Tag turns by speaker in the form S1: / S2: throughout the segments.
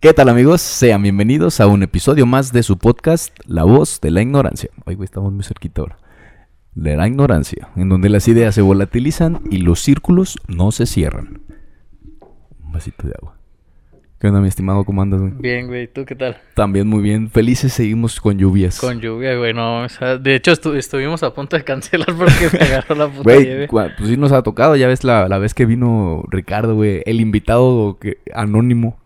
S1: ¿Qué tal amigos? Sean bienvenidos a un episodio más de su podcast La voz de la ignorancia. Hoy estamos muy cerquita ahora. De la ignorancia, en donde las ideas se volatilizan y los círculos no se cierran. Un vasito de agua. ¿Qué onda, mi estimado? ¿Cómo andas, güey?
S2: Bien, güey, ¿tú qué tal?
S1: También muy bien. Felices seguimos con lluvias.
S2: Con lluvia, güey, no. o sea, de hecho, estu- estuvimos a punto de cancelar porque me agarró la puta
S1: Güey,
S2: llave.
S1: cua- pues sí nos ha tocado, ya ves la, la vez que vino Ricardo, güey, el invitado que, anónimo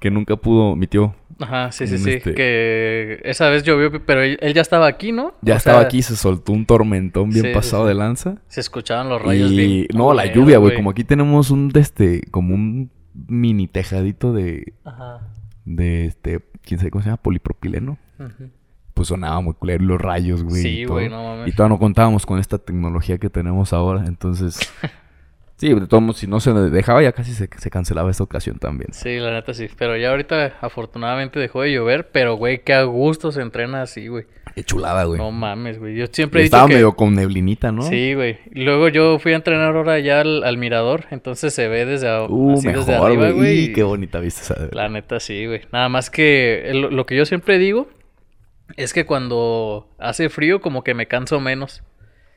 S1: que nunca pudo, mi tío,
S2: Ajá, sí,
S1: un
S2: sí, sí.
S1: este-
S2: Que esa vez llovió, pero él, él ya estaba aquí, ¿no?
S1: ya
S2: O
S1: estaba
S2: sea,
S1: aquí, se soltó un tormentón bien
S2: Sí, sí,
S1: pasado
S2: sí.
S1: de lanza.
S2: Se escuchaban los rayos.
S1: Y
S2: bien
S1: no, la
S2: culeros,
S1: lluvia, güey, como aquí tenemos un, de este, como un mini tejadito de,
S2: Ajá.
S1: de este, quién sabe cómo se llama, polipropileno.
S2: ujú.
S1: Pues sonaba muy culero y los rayos, güey.
S2: Sí,
S1: y
S2: güey,
S1: todo.
S2: no mames.
S1: Y todavía no contábamos con esta tecnología que tenemos ahora, entonces... sí, de todos modos, si no se dejaba ya casi se, se cancelaba esta ocasión también.
S2: Sí, la neta sí. Pero ya ahorita, afortunadamente, dejó de llover. Pero, güey, qué a gusto se entrena así, güey.
S1: Qué chulada, güey.
S2: No mames, güey. Yo
S1: Y
S2: siempre he dicho
S1: estaba
S2: que...
S1: medio con neblinita, ¿no?
S2: Sí, güey. Luego yo fui a entrenar ahora ya al, al mirador, entonces se ve desde, a-
S1: Uh,
S2: así desde
S1: mejor,
S2: arriba,
S1: güey.
S2: güey.
S1: Y
S2: y-
S1: qué bonita vista esa. de verdad.
S2: La neta sí, güey. Nada más que el- lo que yo siempre digo es que cuando hace frío como que me canso menos.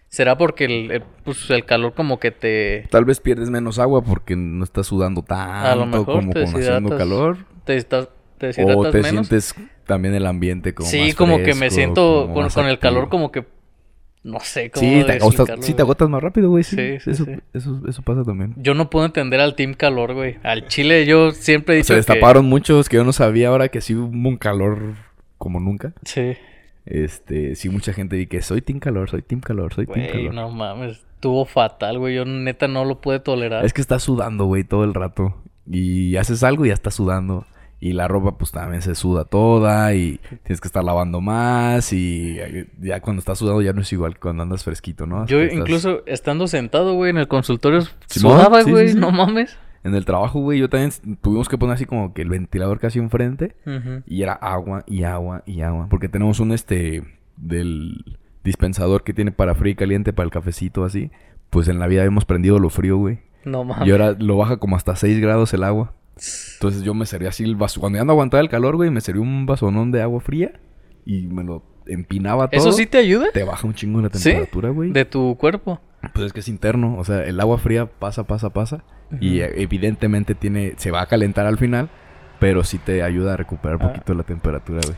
S2: ¿Será porque el, el- pues, el calor como que te,
S1: Tal vez pierdes menos agua porque no estás sudando tanto
S2: a lo mejor
S1: como
S2: te
S1: con haciendo
S2: deshidratas?
S1: calor.
S2: Te, estás- te
S1: O
S2: deshidratas
S1: te
S2: menos?
S1: sientes también el ambiente como
S2: sí,
S1: más
S2: como que me
S1: fresco,
S2: siento
S1: como
S2: con,
S1: más
S2: con el calor
S1: activo.
S2: como que... No sé cómo
S1: Sí, te, o sea,
S2: explicarlo,
S1: sí te
S2: güey.
S1: agotas más rápido, güey. Sí,
S2: Sí, sí,
S1: eso,
S2: sí.
S1: Eso, eso pasa también.
S2: Yo no puedo entender al Team Calor, güey. Al Chile yo siempre he dicho
S1: Se
S2: que-
S1: destaparon muchos que yo no sabía ahora que sí hubo un calor como nunca.
S2: Sí.
S1: Este, sí, mucha gente vi que soy team calor, soy team calor, soy team
S2: Güey,
S1: calor.
S2: no mames. Estuvo fatal, güey. Yo neta no lo pude tolerar.
S1: Es que estás sudando, güey, todo el rato. Y haces algo y ya estás sudando. Y la ropa, pues también se suda toda. Y tienes que estar lavando más. Y ya cuando estás sudando, ya no es igual que cuando andas fresquito, ¿no? Hasta
S2: Yo
S1: que estás-
S2: incluso estando sentado, güey, en el consultorio
S1: Simón,
S2: sudaba,
S1: sí,
S2: güey,
S1: sí, sí.
S2: no mames.
S1: En el trabajo, güey, yo también tuvimos que poner así como que el ventilador casi enfrente. Y era agua y agua y agua. Porque tenemos un este. Del dispensador que tiene para frío y caliente, para el cafecito, así. Pues en la vida hemos prendido lo frío, güey.
S2: No
S1: Y
S2: mames.
S1: ahora lo baja como hasta 6 grados el agua. Entonces yo me serví así el vaso. Cuando ya no aguantaba el calor, güey, me serví un vasonón de agua fría y me lo empinaba todo.
S2: ¿Eso sí te ayuda?
S1: Te baja un chingo la
S2: ¿Sí?
S1: temperatura, güey.
S2: De tu cuerpo.
S1: Pues es que es interno. O sea, el agua fría pasa, pasa, pasa. Y
S2: Ujú.
S1: eh, evidentemente tiene, se va a calentar al final. Pero sí te ayuda a recuperar un
S2: Ah.
S1: poquito la temperatura, güey.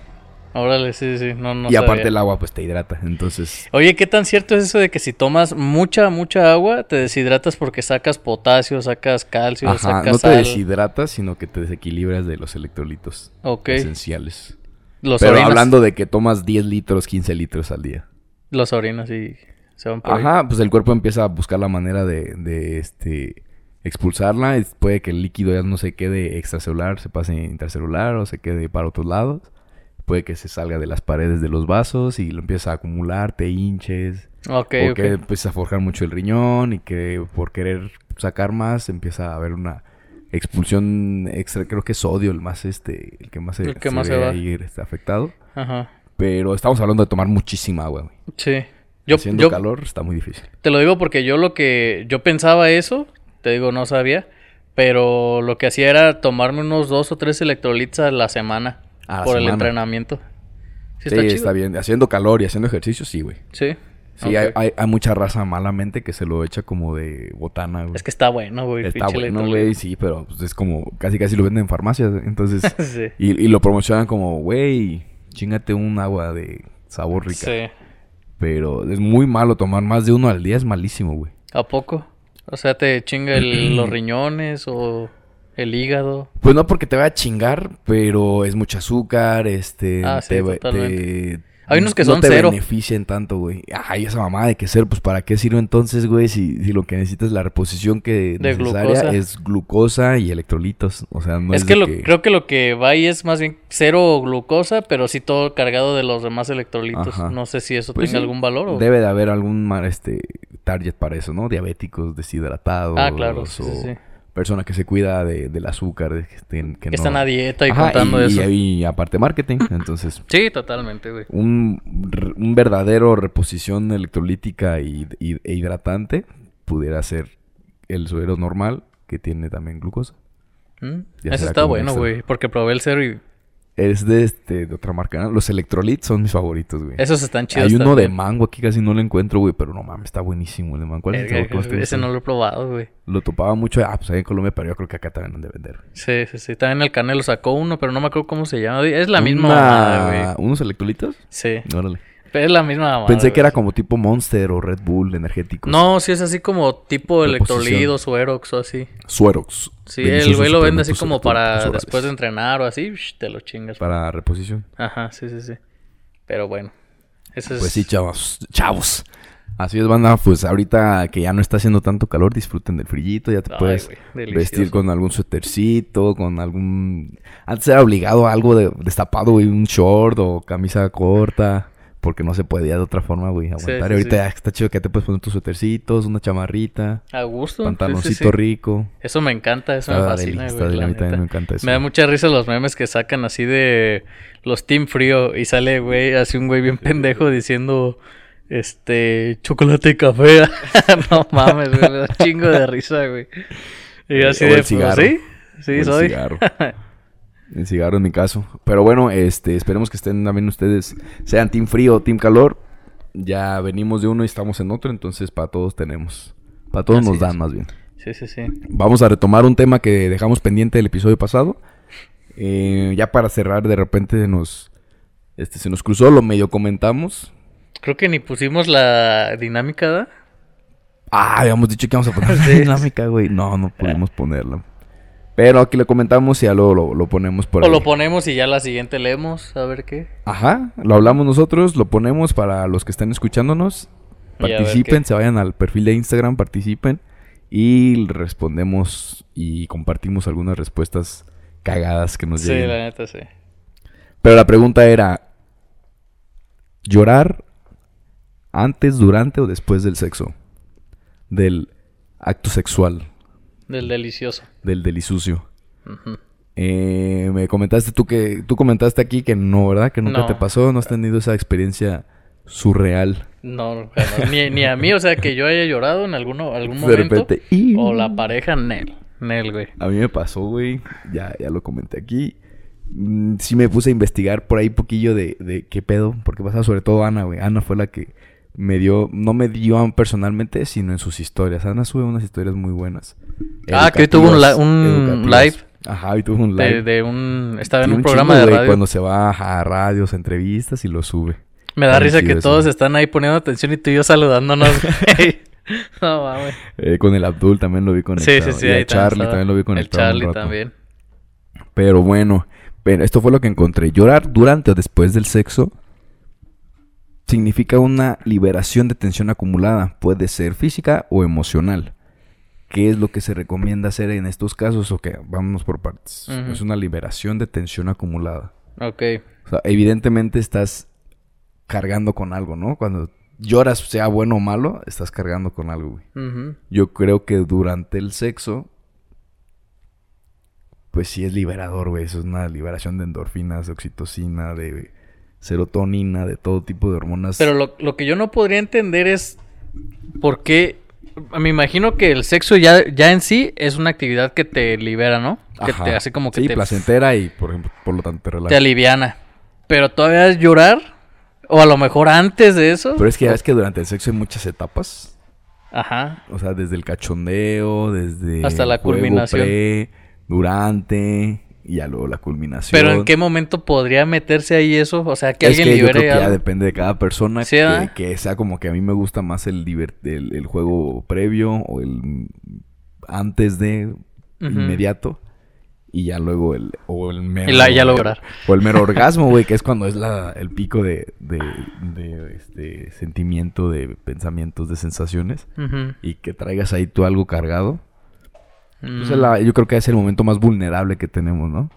S2: Órale, sí, sí, no, no
S1: y aparte
S2: sabía.
S1: el agua, pues te hidrata. Entonces,
S2: Oye, ¿qué tan cierto es eso de que si tomas mucha, mucha agua, te deshidratas porque sacas potasio, sacas calcio,
S1: ajá,
S2: sacas
S1: no te
S2: sal?
S1: deshidratas, sino que te desequilibras de los electrolitos
S2: Ok.
S1: esenciales.
S2: Los
S1: Pero
S2: orinas-
S1: hablando de que tomas 10 litros, 15 litros al día.
S2: Los orinas y se van por ahí.
S1: Ajá, pues el cuerpo empieza a buscar la manera de, de, este, expulsarla. Es- Puede que el líquido ya no se quede extracelular, se pase intercelular o se quede para otros lados. Puede que se salga de las paredes de los vasos y lo empieza a acumular, te hinches.
S2: Ok,
S1: o
S2: ok.
S1: que empieza a forjar mucho el riñón y que por querer sacar más empieza a haber una expulsión extra. Creo que es sodio el más, este, el que más se,
S2: El que más se
S1: ve
S2: va.
S1: ahí, este, afectado.
S2: Ajá.
S1: Pero estamos hablando de tomar muchísima agua, güey.
S2: Sí. Yo,
S1: Haciendo
S2: yo,
S1: calor está muy difícil.
S2: Te lo digo porque yo lo que yo pensaba eso, te digo, no sabía, pero lo que hacía era tomarme unos dos o tres electrolitos a la semana
S1: A la
S2: por el
S1: semana.
S2: entrenamiento. Sí,
S1: Sí,
S2: está
S1: está,
S2: chido.
S1: bien. Haciendo calor y haciendo ejercicio, sí, güey.
S2: Sí.
S1: Sí,
S2: Ok.
S1: hay, hay- hay mucha raza malamente que se lo echa como de botana, güey.
S2: Es que está bueno, güey.
S1: está
S2: pinche
S1: bueno,
S2: electrolito.
S1: güey, sí, pero pues, es como casi casi lo venden en farmacias. Entonces,
S2: sí.
S1: y, y lo promocionan como, güey, chingate un agua de sabor rica.
S2: Sí.
S1: Pero es muy malo tomar más de uno al día, es malísimo, güey.
S2: ¿A poco? O sea, te chinga el- los riñones o el hígado.
S1: Pues no porque te vaya a chingar, pero es mucho azúcar, este...
S2: Ah, sí,
S1: te va-
S2: totalmente.
S1: te-
S2: Hay unos que
S1: no
S2: son
S1: te
S2: cero.
S1: benefician tanto, güey. Ay, esa mamada de que cero, pues ¿para qué sirve entonces, güey? Si, si lo que necesitas, la reposición que
S2: De
S1: necesaria
S2: glucosa.
S1: es glucosa y electrolitos. O sea, no es,
S2: es que,
S1: de
S2: lo, creo que lo que va ahí es más bien cero glucosa, pero sí todo cargado de los demás electrolitos.
S1: Ajá.
S2: No sé si eso
S1: Pues
S2: tenga
S1: sí,
S2: algún valor o...
S1: Debe de haber algún ma- este, target para eso, ¿no? Diabéticos, deshidratados.
S2: Ah, claro, sí,
S1: o
S2: sí, sí.
S1: Persona que se cuida de, del azúcar, de que, estén- que no-
S2: Que están a dieta y
S1: Ajá,
S2: contando
S1: y-
S2: eso.
S1: y aparte marketing, entonces...
S2: Sí, totalmente, güey.
S1: un, r- un verdadero reposición electrolítica y, y- e hidratante pudiera ser el suero normal que tiene también glucosa.
S2: Mm,
S1: Ya
S2: Ese
S1: será
S2: está
S1: como
S2: bueno,
S1: extra.
S2: güey. Porque probé el cero y
S1: Es de, este, de otra marca. ¿no? Los Electrolytes son mis favoritos, güey.
S2: esos están chidos.
S1: Hay uno de
S2: también.
S1: mango aquí, casi no lo encuentro, güey, pero no mames, está buenísimo el de mango. ¿Cuál es el
S2: Verga,
S1: sabor que más te
S2: güey,
S1: gusta?
S2: Ese no lo he probado, güey.
S1: Lo topaba mucho, ah, pues ahí en Colombia, pero yo creo que acá también han de vender. güey.
S2: Sí, sí, sí. También el Canelo sacó uno, pero no me acuerdo cómo se llama. Es la misma
S1: Una-
S2: mamada, güey.
S1: ¿Unos electrolitos?
S2: Sí.
S1: Órale.
S2: Pero es la misma mamada.
S1: Pensé que
S2: güey.
S1: era como tipo Monster o Red Bull energético.
S2: No, sí es así como tipo
S1: Reposición.
S2: electrolidos o Erox o así.
S1: Suerox.
S2: Sí,
S1: Deliciosos
S2: el güey lo vende así
S1: suplementos
S2: como para
S1: electrolíticos
S2: después de
S1: orales.
S2: entrenar o así, psh, te lo chingas.
S1: Para reposición.
S2: Ajá, sí, sí, sí. Pero bueno. Ese es...
S1: Pues sí, chavos. Chavos. Así es, banda. Pues ahorita que ya no está haciendo tanto calor, disfruten del frillito. Ya te
S2: Ay,
S1: puedes
S2: güey, delicioso.
S1: vestir con algún suétercito, con algún... Antes era obligado a algo de, destapado, güey. Un short o camisa corta. Porque no se podía de otra forma, güey, aguantar.
S2: sí,
S1: Y ahorita
S2: sí.
S1: ya está chido que ya te puedes poner tus suétercitos, una chamarrita,
S2: A gusto. sí, sí,
S1: pantaloncito Ah,
S2: sí.
S1: rico.
S2: Eso me encanta, eso me
S1: Está deli,
S2: fascina,
S1: está
S2: güey.
S1: deli,
S2: la
S1: a mí también
S2: neta.
S1: me encanta eso.
S2: Me da mucha risa los memes que sacan así de los Team Frío y sale, güey, así un güey bien pendejo diciendo, este, chocolate y café. no mames, güey, me da un chingo de risa, güey. Y
S1: Eh,
S2: así
S1: o
S2: de,
S1: el cigarro.
S2: pues, sí,
S1: O
S2: sí,
S1: el
S2: soy.
S1: cigarro. El cigarro en mi caso. Pero bueno, este, esperemos que estén también ustedes, sean team frío o team calor. Ya venimos de uno y estamos en otro, entonces para todos tenemos. Para todos
S2: Así
S1: nos dan
S2: es.
S1: más bien.
S2: Sí, sí, sí.
S1: Vamos a retomar un tema que dejamos pendiente del episodio pasado. Eh, ya para cerrar, de repente se nos, este, se nos cruzó, lo medio comentamos.
S2: Creo que ni pusimos la dinámica, ¿da?
S1: Ah, habíamos dicho que íbamos a poner una
S2: Sí.
S1: dinámica, güey. No, no pudimos ponerla. Pero aquí lo comentamos y ya luego lo, lo ponemos por
S2: O
S1: ahí.
S2: lo ponemos y ya la siguiente leemos, a ver qué.
S1: Ajá, lo hablamos nosotros, lo ponemos para los que están escuchándonos.
S2: Y a ver
S1: Participen,
S2: qué.
S1: se vayan al perfil de Instagram, participen y respondemos y compartimos algunas respuestas cagadas que nos
S2: Sí,
S1: lleguen.
S2: la neta, sí.
S1: Pero la pregunta era, ¿llorar antes, durante o después del sexo? Del acto sexual,
S2: Del delicioso.
S1: del delisucio.
S2: Ujú.
S1: Eh, me comentaste tú que tú comentaste aquí que no, ¿verdad? Que nunca
S2: No.
S1: te pasó, no has tenido esa experiencia surreal.
S2: No, jamás. Ni, ni a mí, o sea, que yo haya llorado en alguno, algún
S1: de
S2: momento.
S1: repente. ¡y!
S2: O la pareja Nel. Nel, güey.
S1: A mí me pasó, güey. Ya, ya lo comenté aquí. Mm, Sí me puse a investigar por ahí poquillo de, de qué pedo. Porque pasaba sobre todo Ana, güey. Ana fue la que me dio, no me dio a- personalmente, sino en sus historias. Ana sube unas historias muy buenas.
S2: Ah, que hoy tuvo un
S1: Educativas,
S2: li- un
S1: educativas.
S2: live.
S1: Ajá, hoy tuvo un live.
S2: De, de un... Estaba en
S1: Tiene
S2: un,
S1: un
S2: programa
S1: chingo,
S2: de
S1: güey,
S2: radio.
S1: cuando se va a radios, entrevistas y lo sube.
S2: Me da
S1: Está
S2: risa
S1: chido
S2: que
S1: eso,
S2: todos
S1: güey.
S2: están ahí poniendo atención y tú y yo saludándonos, güey. no mames.
S1: Eh, con el Abdul también lo vi
S2: Sí,
S1: conectado.
S2: sí, sí.
S1: Y a
S2: ahí
S1: Charlie
S2: estaba.
S1: también lo vi conectado. un
S2: El Charlie
S1: rato.
S2: también.
S1: Pero bueno, pero esto fue lo que encontré. Llorar durante o después del sexo significa una liberación de tensión acumulada. Puede ser física o emocional. ¿Qué es lo que se recomienda hacer en estos casos? Ok, vámonos por partes.
S2: Ujú.
S1: Es una liberación de tensión acumulada.
S2: Ok.
S1: O sea, evidentemente estás cargando con algo, ¿no? Cuando lloras, sea bueno o malo, estás cargando con algo, güey.
S2: Ujú.
S1: Yo creo que durante el sexo, pues sí es liberador, güey. Eso es una liberación de endorfinas, de oxitocina, de serotonina, de todo tipo de hormonas.
S2: Pero lo, lo que yo no podría entender es por qué. Me imagino que el sexo ya, ya en sí es una actividad que te libera, ¿no? Que
S1: Ajá.
S2: te hace como que
S1: Sí,
S2: te,
S1: placentera y por, ejemplo, por lo tanto te
S2: te
S1: relaja.
S2: aliviana. Pero todavía es llorar. O a lo mejor antes de eso.
S1: Pero es que ya ves que durante el sexo hay muchas etapas.
S2: Ajá.
S1: O sea, desde el cachondeo, desde...
S2: Hasta la
S1: el juego
S2: culminación.
S1: pre, durante y ya luego la culminación.
S2: Pero en qué momento podría meterse ahí eso. O sea, que
S1: es
S2: alguien
S1: que
S2: libere
S1: yo creo que ya
S2: algo.
S1: depende de cada persona
S2: Sí,
S1: que,
S2: ¿verdad?
S1: que sea como que a mí me gusta más el, liber- el, el juego previo o el antes de
S2: Ujú.
S1: inmediato y ya luego el o el mero
S2: Y la- ya lograr.
S1: o el mero orgasmo güey que es cuando es la, el pico de, de, de, este sentimiento de pensamientos de sensaciones
S2: Ujú.
S1: y que traigas ahí tú algo cargado Entonces,
S2: Mm.
S1: Pues la- yo creo que es el momento más vulnerable que tenemos no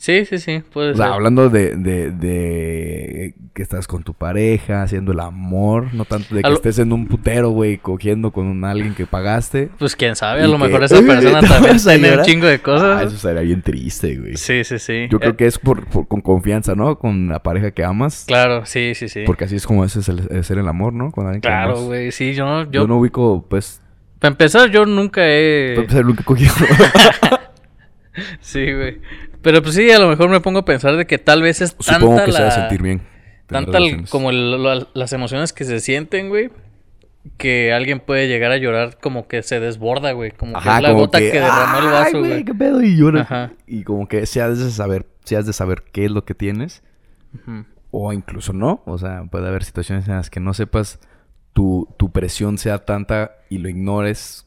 S2: Sí, sí, sí. Puede
S1: o sea,
S2: ser.
S1: hablando de, de, de que estás con tu pareja, haciendo el amor, no tanto de que
S2: A lo-
S1: estés en un putero, güey, cogiendo con un alguien que pagaste.
S2: Pues quién sabe, a
S1: Y
S2: lo
S1: que-
S2: mejor esa persona
S1: ¿Te
S2: también
S1: vas a
S2: tiene un
S1: llorar?
S2: chingo de
S1: Ah,
S2: cosas.
S1: eso estaría bien triste, güey.
S2: Sí, sí, sí.
S1: Yo
S2: Eh,
S1: creo que es por, por- con confianza, ¿no? Con la pareja que amas.
S2: Claro, sí, sí, sí.
S1: Porque así es como es el- es hacer el amor, ¿no? Con alguien que
S2: Claro,
S1: amas.
S2: güey. Sí, yo no,
S1: Yo,
S2: yo
S1: no ubico, pues,
S2: Para empezar, yo nunca he.
S1: pues, nunca he cogido.
S2: Sí, güey. Pero pues sí, a lo mejor me pongo a pensar de que tal vez es tanta
S1: Supongo que
S2: la...
S1: se va a sentir bien. tener
S2: Tanta el-
S1: relaciones.
S2: como el- lo- las emociones que se sienten, güey. Que alguien puede llegar a llorar como que se desborda, güey. Como que
S1: Ajá,
S2: es la
S1: como
S2: gota que, derramó el
S1: "Ay,
S2: vaso, güey.
S1: qué pedo", y llora.
S2: Ajá.
S1: Y como que si has de saber, si has de saber qué es lo que tienes.
S2: Ujú.
S1: O incluso no. O sea, puede haber situaciones en las que no sepas tu, tu presión sea tanta y lo ignores.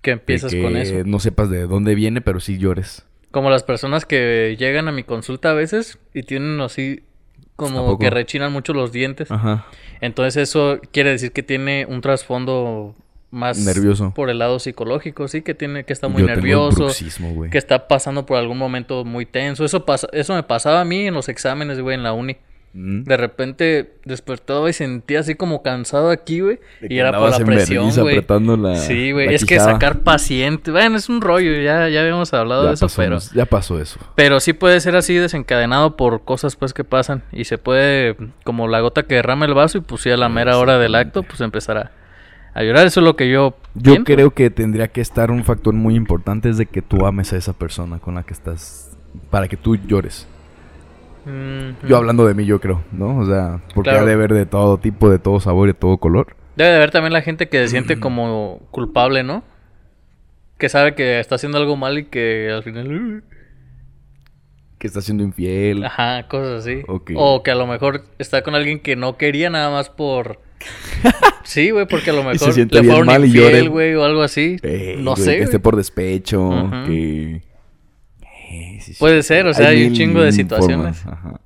S2: Que
S1: de
S2: empiezas
S1: que
S2: con eso.
S1: No sepas de dónde viene, pero sí llores.
S2: Como las personas que llegan a mi consulta a veces y tienen así
S1: ¿A
S2: como
S1: poco? Ah.
S2: que rechinan mucho los dientes.
S1: Ajá.
S2: Entonces eso quiere decir que tiene un trasfondo más
S1: Nervioso.
S2: por el lado psicológico, sí, que tiene que está muy
S1: Yo tengo
S2: nervioso,
S1: bruxismo, güey.
S2: que está pasando por algún momento muy tenso. Eso pasa, eso me pasaba a mí en los exámenes, güey, en la uni.
S1: Mm.
S2: De repente despertaba y sentía así como cansado aquí, güey,
S1: De que
S2: y era por la
S1: andabas en
S2: presión,
S1: vergüenza
S2: güey.
S1: apretando la-
S2: Sí, güey,
S1: la
S2: es que
S1: quijada.
S2: sacar paciente, bueno, es un rollo, ya ya habíamos hablado
S1: Ya
S2: de eso,
S1: pasó,
S2: pero
S1: Ya pasó eso.
S2: pero sí puede ser así desencadenado por cosas pues que pasan y se puede como la gota que derrama el vaso y pues sí a la mera hora del acto pues empezar a, a llorar. Eso es lo que yo
S1: Yo
S2: pienso.
S1: creo que tendría que estar un factor muy importante es de que tú ames a esa persona con la que estás para que tú llores.
S2: Mm,
S1: Yo
S2: mm.
S1: hablando de mí, yo creo, ¿no? O sea, porque
S2: Claro.
S1: ha de haber de todo tipo, de todo sabor y de todo color.
S2: Debe de haber también la gente que se siente como culpable, ¿no? Que sabe que está haciendo algo mal y que al final...
S1: Que está siendo infiel.
S2: Ajá, cosas así.
S1: Ok.
S2: O que a lo mejor está con alguien que no quería nada más por... Sí, güey, porque a lo mejor
S1: siente
S2: le
S1: bien
S2: fueron
S1: mal y
S2: infiel,
S1: llora.
S2: güey, o algo así.
S1: Eh,
S2: no
S1: güey,
S2: sé.
S1: Que
S2: güey.
S1: esté por despecho,
S2: Ujú.
S1: que... Eh, sí, sí.
S2: Puede ser, o sea, hay un
S1: mil
S2: chingo de
S1: formas,
S2: situaciones.
S1: ajá.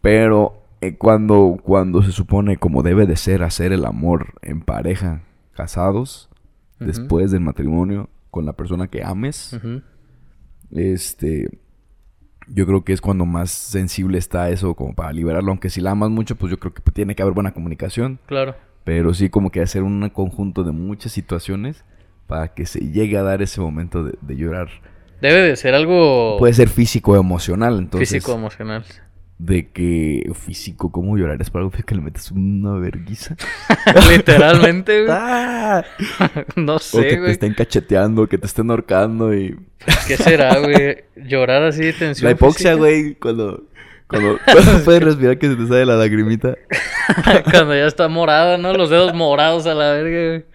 S1: Pero eh, cuando, cuando se supone como debe de ser hacer el amor en pareja, casados,
S2: Ujú.
S1: después del matrimonio, con la persona que ames,
S2: Ujú.
S1: este yo creo que es cuando más sensible está eso como para liberarlo aunque si la amas mucho pues yo creo que tiene que haber buena comunicación
S2: Claro.
S1: pero sí como que hacer un conjunto de muchas situaciones para que se llegue a dar ese momento de, de llorar
S2: Debe de ser algo
S1: puede ser físico o emocional Pues, entonces
S2: físico em- emocional.
S1: de que físico cómo llorar es para algo que le metes una verguiza
S2: Literalmente, güey.
S1: ¡Ah!
S2: No
S1: o que
S2: sé,
S1: te
S2: güey.
S1: estén cacheteando que te estén ahorcando y
S2: ¿Qué será, güey? Llorar así de tensión.
S1: La hipoxia,
S2: física.
S1: güey, cuando, cuando, cuando puedes respirar que se te sale la lagrimita.
S2: Cuando ya está morada, ¿no? Los dedos morados a la verga,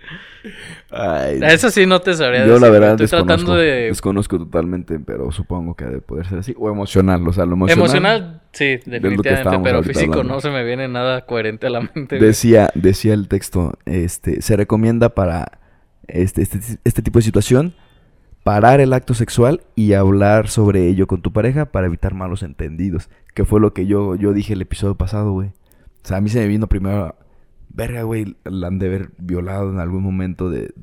S1: Ay,
S2: güey. Eso sí no te sabría
S1: Eh, yo la
S2: decir,
S1: verdad
S2: güey. Estoy
S1: desconozco,
S2: tratando de...
S1: desconozco totalmente, pero supongo que ha de poder ser así. O emocional, o sea, lo emocional.
S2: Emocional, sí, definitivamente.
S1: estábamos
S2: Pero
S1: ahorita
S2: físico
S1: hablando.
S2: no se me viene nada coherente a la mente, güey.
S1: Decía, decía el texto, este, se recomienda para este, este, este tipo de situación parar el acto sexual y hablar sobre ello con tu pareja para evitar malos entendidos. Que fue lo que yo, yo dije el episodio pasado, güey. O sea, a mí se me vino primero, verga, güey, la han de haber violado en algún momento de,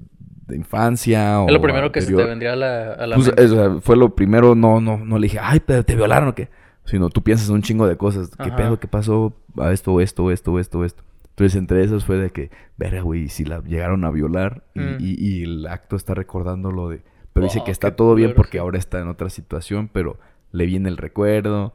S1: de infancia.
S2: Es lo primero que se te
S1: vendría
S2: vendría a la, a la
S1: pues,
S2: mente.
S1: o sea, fue lo primero, no, no, no le dije, ay, pero te violaron o qué. Sino tú piensas un chingo de cosas. ¿Qué
S2: Ajá.
S1: pedo? ¿Qué pasó? A esto, esto, esto, esto, esto. Entonces, entre esos fue de que, verga, güey, si la llegaron a violar y,
S2: Mm.
S1: y- y el acto está recordando lo de. Pero dice
S2: Wow,
S1: que
S2: qué
S1: está todo bien
S2: culero,
S1: porque ahora está en otra situación, pero le viene el recuerdo.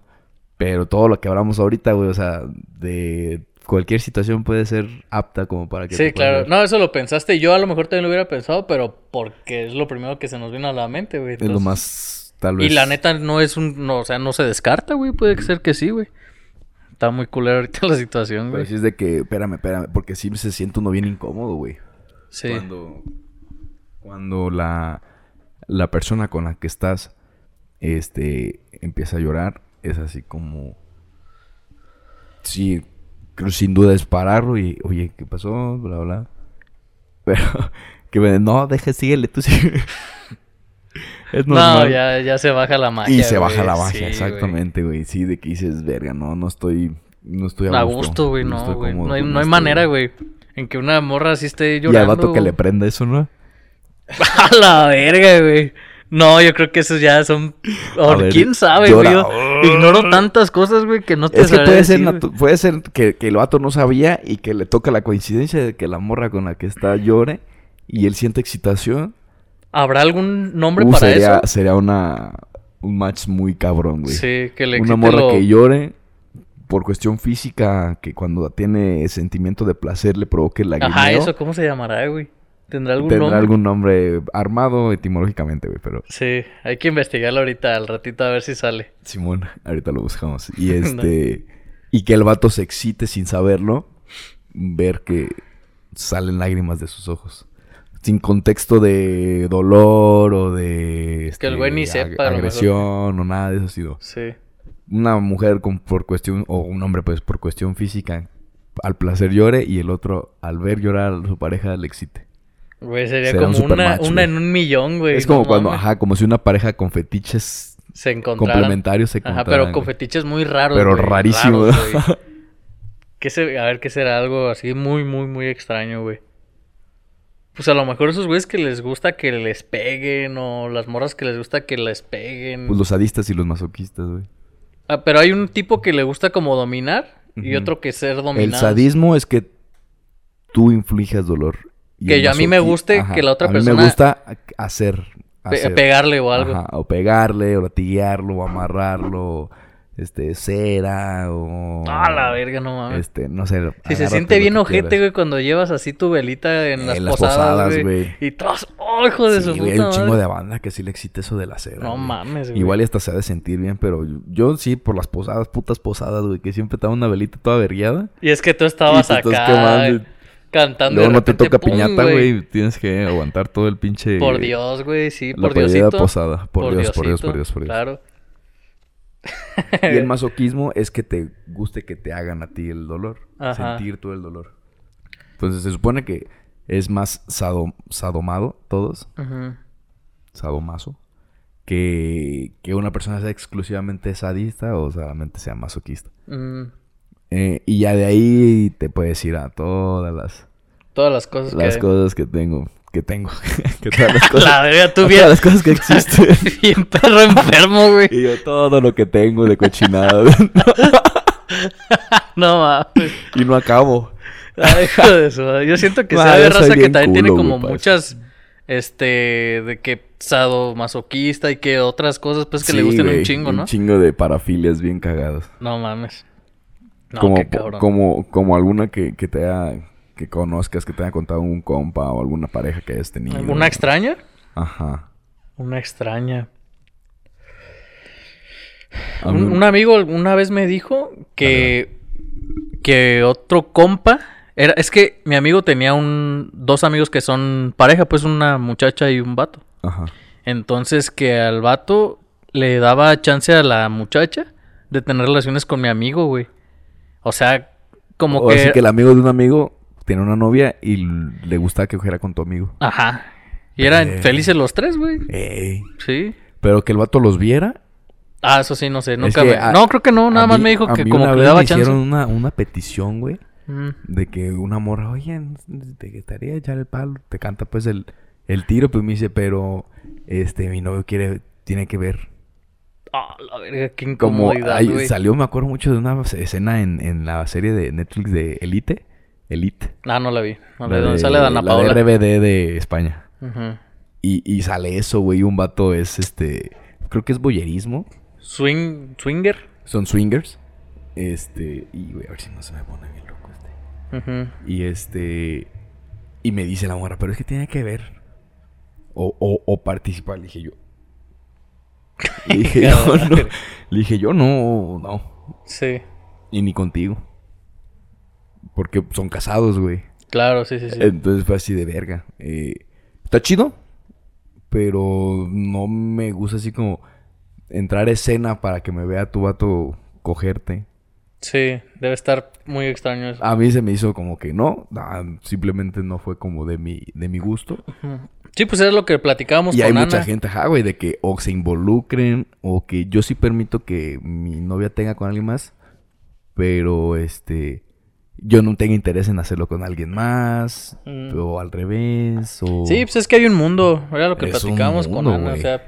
S1: Pero todo lo que hablamos ahorita, güey, o sea, de cualquier situación puede ser apta como para que.
S2: Sí,
S1: te puedas
S2: claro.
S1: ver.
S2: No, eso lo pensaste. Yo a lo mejor también lo hubiera pensado, pero porque es lo primero que se nos vino a la mente, güey.
S1: es lo
S2: Entonces-
S1: más, tal
S2: Y
S1: vez.
S2: la neta no es un... No, o sea, no se descarta, güey. Puede ser que sí, güey. Está muy culera ahorita la situación,
S1: Pero
S2: güey.
S1: sí es de que, espérame, espérame, porque sí se siente uno bien incómodo, güey.
S2: Sí.
S1: Cuando, cuando la, la persona con la que estás este, empieza a llorar, es así como. Sí, creo sin duda es pararlo y, oye, ¿qué pasó? Bla, bla. Pero, que me no, deje, síguele, tú sí. es
S2: No, ya, ya se baja la magia,
S1: y se
S2: güey.
S1: baja la
S2: Sí,
S1: magia,
S2: güey.
S1: exactamente, güey. Sí, de que dices, verga, no, no estoy. No estoy
S2: A gusto, güey. No,
S1: estoy
S2: güey.
S1: cómodo
S2: No hay,
S1: con
S2: no hay
S1: esto,
S2: manera, güey. En que una morra así esté
S1: Y
S2: llorando.
S1: al vato que
S2: güey.
S1: le prenda eso, ¿no?
S2: A la verga, güey. No, yo creo que esos ya son...
S1: A ver,
S2: ¿Quién sabe,
S1: llora.
S2: güey? Yo Ignoro tantas cosas, güey, que no te
S1: Es que
S2: sabría
S1: puede ser,
S2: decir, güey.
S1: natu- puede ser que, que el vato no sabía y que le toca la coincidencia de que la morra con la que está llore y él siente excitación.
S2: ¿Habrá algún nombre
S1: Uh,
S2: para
S1: sería,
S2: eso?
S1: sería una un match muy cabrón, güey.
S2: Sí, que le
S1: Una
S2: excite
S1: morra
S2: lo-
S1: que llore por cuestión física, que cuando tiene sentimiento de placer le provoque la
S2: Ajá, eso, ¿cómo se llamará, güey? ¿Tendrá algún
S1: Tendrá
S2: nombre?
S1: algún nombre armado etimológicamente, güey, pero
S2: Sí, hay que investigarlo ahorita, al ratito, a ver si sale.
S1: Simón, ahorita lo buscamos. Y este. Y que el vato se excite sin saberlo. Ver que salen lágrimas de sus ojos. Sin contexto de dolor o de.
S2: que el güey ni
S1: este,
S2: sepa, a lo mejor.
S1: Agresión o nada de eso ha sido.
S2: Sí.
S1: Una mujer con, por cuestión. O un hombre, pues, por cuestión física. Al placer llore y el otro, al ver llorar a su pareja, le excite.
S2: Güey, sería
S1: Será un
S2: como una,
S1: supermatch, güey.
S2: una en un millón, güey.
S1: es como
S2: no
S1: cuando,
S2: mames.
S1: ajá, como si una pareja con fetiches
S2: se encontraran.
S1: complementarios se
S2: Ajá, pero
S1: encontraran,
S2: con
S1: güey.
S2: fetiches muy raros.
S1: Pero
S2: güey,
S1: rarísimo.
S2: raros, güey. ¿Qué se- a ver, ¿qué será algo así muy, muy, muy extraño, güey? Pues a lo mejor esos güeyes que les gusta que les peguen o las morras que les gusta que les peguen.
S1: Pues los sadistas y los masoquistas, güey.
S2: Ah, pero hay un tipo que le gusta como dominar y
S1: Ujú.
S2: otro que ser dominado.
S1: El sadismo es que tú inflijas dolor. Y
S2: Que
S1: el
S2: yo- a mí me
S1: masoqui-
S2: guste que la otra
S1: a Mí
S2: persona-
S1: me gusta hacer.
S2: Pe-
S1: hacer.
S2: pegarle o algo.
S1: Ajá, o pegarle, o latigarlo, o amarrarlo, este, cera, o.
S2: Ah, la verga, no mames.
S1: Este, no sé.
S2: Si
S1: agárrate
S2: se siente bien
S1: lo que
S2: ojete,
S1: quieras.
S2: güey, cuando llevas así tu velita en,
S1: En
S2: las,
S1: las
S2: posadas,
S1: posadas, güey.
S2: güey. Y todos, ¡oh, hijo de
S1: Sí,
S2: su
S1: güey,
S2: puta
S1: hay un chingo
S2: madre!
S1: de banda que sí le excita eso de la cera.
S2: No
S1: güey.
S2: mames, güey.
S1: Igual y hasta se ha de sentir bien, pero yo, yo sí, por las posadas, putas posadas, güey, que siempre te da una velita toda vergueada.
S2: Y es que tú
S1: Y
S2: estabas
S1: te estás
S2: acá
S1: quemando.
S2: güey, cantando.
S1: Luego
S2: y de
S1: no te
S2: repente,
S1: toca
S2: ¡pum!,
S1: piñata, güey. Tienes que aguantar todo el pinche.
S2: Por Dios, güey, sí,
S1: La
S2: por
S1: pedida
S2: Diosito.
S1: posada. Por, Dios, por Dios, por
S2: Diosito,
S1: Dios, por Dios.
S2: Claro.
S1: Y el masoquismo es que te guste que te hagan a ti el dolor.
S2: Ajá.
S1: Sentir tú el dolor. Entonces se supone que es más sado- sadomado, todos,
S2: Ujú.
S1: sadomaso, que, que una persona sea exclusivamente sadista o solamente sea masoquista.
S2: Mm,
S1: Eh, y ya de ahí te puedes ir a todas las,
S2: Todas las cosas
S1: las
S2: que...
S1: cosas que tengo. Que tengo. que todas las cosas.
S2: La verga, tú
S1: a
S2: bien,
S1: todas las cosas que existen.
S2: bien perro enfermo, güey.
S1: Y yo todo lo que tengo de cochinada.
S2: No mames.
S1: y no acabo.
S2: Ay, hijo de su madre. Yo siento que
S1: No,
S2: sea
S1: yo
S2: de
S1: soy
S2: raza que
S1: bien
S2: también tiene
S1: culo,
S2: como
S1: güey, para
S2: muchas, este, de que sadomasoquista y que otras cosas, pues que le
S1: Sí,
S2: gusten
S1: güey,
S2: un chingo,
S1: Un
S2: ¿no?
S1: chingo de parafilias bien cagadas.
S2: No mames. No,
S1: como,
S2: qué cabrón.
S1: como, como alguna que, que te haya, que conozcas, que te haya contado un compa o alguna pareja que hayas tenido.
S2: ¿Una extraña?
S1: Ajá.
S2: Una extraña. Un,
S1: Algún-
S2: un amigo alguna vez me dijo que, que otro compa. Era, es que mi amigo tenía un, dos amigos que son pareja, pues una muchacha y un vato.
S1: Ajá.
S2: Entonces que al vato le daba chance a la muchacha de tener relaciones con mi amigo, güey. O sea, como
S1: o
S2: que...
S1: así que el amigo de un amigo tiene una novia y l- le gustaba que ojera con tu amigo.
S2: Ajá. Y eran
S1: Eh.
S2: felices los tres, güey.
S1: Ey.
S2: Sí.
S1: Pero que el vato los viera.
S2: Ah, eso sí, no sé. Nunca
S1: que
S2: me...
S1: a-
S2: no, creo que no. Nada
S1: a
S2: más
S1: mí-
S2: me dijo
S1: a
S2: que
S1: mí
S2: como
S1: una
S2: que le
S1: vez
S2: daba
S1: me
S2: chance.
S1: hicieron una, una petición, güey.
S2: Mm.
S1: De que una morra, oye, te gustaría echar el palo, te canta pues el, el tiro, pues me dice, pero este, mi novio quiere, tiene que ver.
S2: Ah, la verga, qué
S1: Como
S2: incomodidad,
S1: ay,
S2: güey.
S1: salió, me acuerdo mucho de una escena en, en la serie de Netflix de Elite, Elite.
S2: Ah, no la vi. No
S1: la
S2: la vi. ¿Dónde
S1: de-
S2: sale
S1: la
S2: Dana
S1: de
S2: Paola?
S1: RBD de España.
S2: Ujú.
S1: Y, y sale eso, güey, un vato es este, creo que es boyerismo,
S2: Swing... ¿Swinger?
S1: son swingers. Este, y güey, a ver si no se me pone bien loco este.
S2: Ujú.
S1: Y este. Y me dice la morra, pero es que tiene que ver. O, o, o participar, le dije yo. Le dije yo, no. Le dije yo, no, no.
S2: Sí.
S1: Y ni contigo. Porque son casados, güey.
S2: Claro, sí, sí, sí.
S1: Entonces fue así de verga. Eh, Está chido, pero no me gusta así como entrar a escena para que me vea tu vato cogerte.
S2: Sí, debe estar muy extraño eso.
S1: A mí se me hizo como que no, nah, simplemente no fue como de mi, de mi gusto.
S2: Ujú. Sí, pues era lo que platicábamos
S1: Ah. Y
S2: con
S1: hay
S2: Ana.
S1: mucha gente, ajá, güey, de que o se involucren o que yo sí permito que mi novia tenga con alguien más, pero este yo no tengo interés en hacerlo con alguien más
S2: Mm.
S1: o al revés o
S2: Sí, pues es que hay un mundo. Era lo que
S1: oh. Es un
S2: platicábamos
S1: mundo,
S2: con Ana.
S1: güey.
S2: O sea,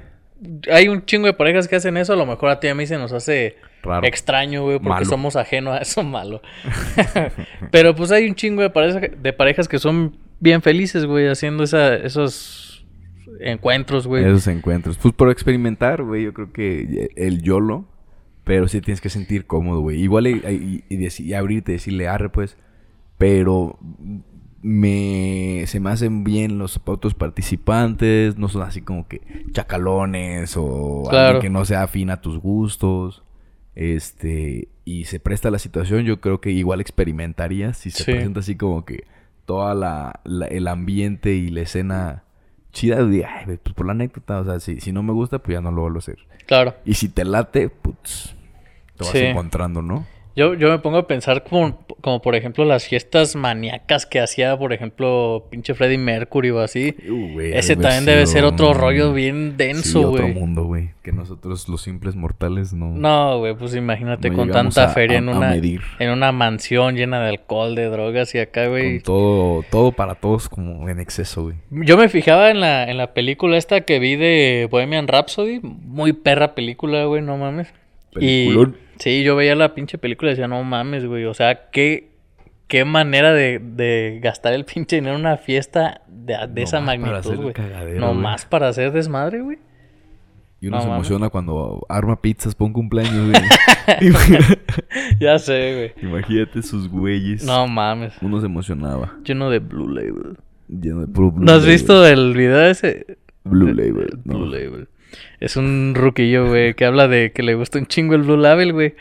S2: hay un chingo de parejas que hacen eso. A lo mejor a ti y a mí se nos hace
S1: raro.
S2: extraño, güey, porque
S1: Malo.
S2: somos ajenos a eso malo. Pero pues hay un chingo de, pareja- de parejas que son bien felices, güey, haciendo esa, esos encuentros, güey.
S1: Esos encuentros. Pues por experimentar, güey, yo creo que el YOLO, pero sí tienes que sentir cómodo, güey. Igual y, y- y deci- y abrirte, decirle, arre, pues, pero me se me hacen bien los otros participantes, no son así como que chacalones o
S2: Claro.
S1: alguien que no sea afín a tus gustos. Este, y se presta la situación, yo creo que igual experimentaría si se
S2: Sí.
S1: presenta así como que toda la, la- el ambiente y la escena chida, de, ay, güey, pues por la anécdota, o sea, si, si no me gusta, pues ya no lo vuelvo a hacer.
S2: Claro.
S1: Y si te late, putz, te vas
S2: Sí.
S1: encontrando, ¿no?
S2: Yo, yo me pongo a pensar como, como, por ejemplo, las fiestas maníacas que hacía, por ejemplo, pinche Freddie Mercury o así.
S1: Uh, güey, ha de
S2: Ese
S1: haber
S2: también debe
S1: sido
S2: ser otro
S1: un-
S2: rollo bien
S1: Sí,
S2: denso,
S1: otro
S2: güey.
S1: mundo, güey. Que nosotros los simples mortales no.
S2: No, güey, pues imagínate
S1: No
S2: con
S1: llegamos
S2: tanta
S1: a-
S2: feria
S1: a-
S2: en
S1: a
S2: una,
S1: medir.
S2: en una mansión llena de alcohol, de drogas y acá,
S1: Con
S2: güey.
S1: todo, todo para todos como en exceso, güey.
S2: Yo me fijaba en la, en la película esta que vi de Bohemian Rhapsody, muy perra película, güey, no mames.
S1: Peliculón.
S2: Y sí, yo veía la pinche película y decía, no mames, güey, o sea, qué, qué manera de, de gastar el pinche dinero en una fiesta de, Ah, de esa
S1: Nomás para hacer
S2: magnitud, güey.
S1: cagadero, güey.
S2: Nomás para hacer desmadre, güey.
S1: Y uno
S2: No
S1: se
S2: mames.
S1: emociona cuando arma pizzas para un cumpleaños, güey.
S2: Ya sé, güey.
S1: Imagínate sus güeyes.
S2: No mames.
S1: Uno se emocionaba.
S2: Lleno de Blue Label.
S1: Lleno de puro Blue
S2: ¿No has
S1: Label.
S2: visto el video ese?
S1: Blue Label?
S2: El
S1: no.
S2: Blue Label. Es un ruquillo, güey, que habla de que le gusta un chingo el Blue Label, güey.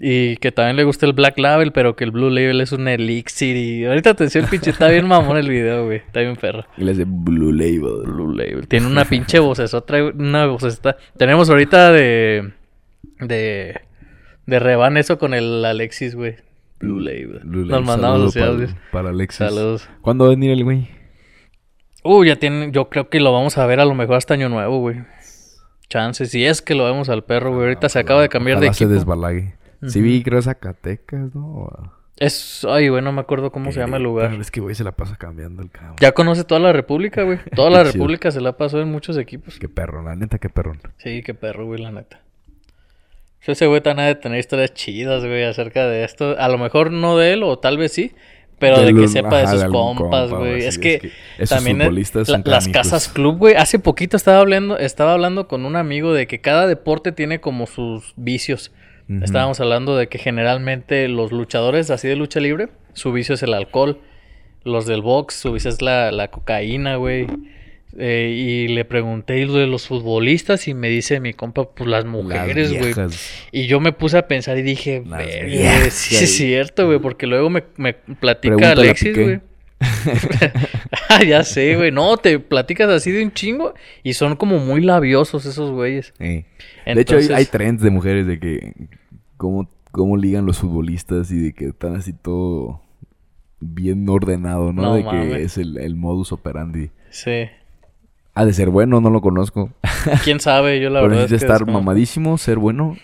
S2: Y que también le gusta el Black Label, pero que el Blue Label es un elixir. Y ahorita atención, pinche, está bien mamón el video, güey. Está bien perro.
S1: Y le hace Blue Label.
S2: Blue Label. Tiene una pinche vocesota, güey, una vocesota. Tenemos ahorita de... De... De reban eso con el Alexis, güey. Blue Label.
S1: Blue
S2: Nos
S1: Label.
S2: mandamos los
S1: Saludo
S2: audios.
S1: para, para Alexis.
S2: Saludos.
S1: ¿Cuándo va a venir el güey?
S2: Uh, ya tiene, yo creo que lo vamos a ver a lo mejor hasta año nuevo, güey. Chances, si es que lo vemos al perro, güey. Ahorita se acaba de cambiar de
S1: Ah, Ojalá se
S2: equipo.
S1: desbalague. Sí vi, creo, Zacatecas, ¿no? O-
S2: Es, ay, güey, no me acuerdo cómo se llama el
S1: Pero
S2: lugar.
S1: Es que, güey, se la pasa cambiando el cabrón.
S2: Ya conoce toda la república, güey. Toda la
S1: Qué chido.
S2: república se la ha pasado en muchos equipos.
S1: Qué perro, la neta, qué perro.
S2: Sí, qué perro, güey, la neta. Yo Ese güey tan ha de tener historias chidas, güey, acerca de esto. A lo mejor no de él, o tal vez sí, pero de,
S1: Del-
S2: que sepa de
S1: ajá,
S2: sus
S1: algún
S2: compas,
S1: compa,
S2: güey.
S1: sí,
S2: Es que,
S1: esos
S2: también eh,
S1: futbolistas
S2: la-
S1: son
S2: las
S1: canijos.
S2: casas club, güey. Hace poquito estaba hablando, estaba hablando con un amigo de que cada deporte tiene como sus vicios.
S1: Ujú.
S2: Estábamos hablando de que generalmente los luchadores así de lucha libre, su vicio es el alcohol. Los del box, su vicio es la, la cocaína, güey. Eh, y le pregunté "¿Y lo de los futbolistas y me dice mi compa, pues las mujeres,
S1: Las
S2: güey.
S1: viejas.
S2: Y yo me puse a pensar y dije,
S1: Las
S2: "Verga,
S1: viejas,
S2: güey, sí
S1: güey".
S2: es cierto, güey, porque luego me, me platica
S1: Pregúntale a
S2: Alexis,
S1: Piqué.
S2: güey. ah, ya sé, güey. No, te platicas así de un chingo y son como muy labiosos esos güeyes.
S1: Eh. De hecho, hay,
S2: Entonces,
S1: hay trends de mujeres de que... Cómo, cómo ligan los futbolistas y de que están así todo... Bien ordenado, ¿no?
S2: No
S1: de que
S2: mames.
S1: es el, el modus operandi.
S2: sí.
S1: Ha de ser bueno, no lo conozco.
S2: ¿Quién sabe? Yo la
S1: Pero
S2: verdad es
S1: necesita
S2: que
S1: estar
S2: desconozco.
S1: mamadísimo, ser bueno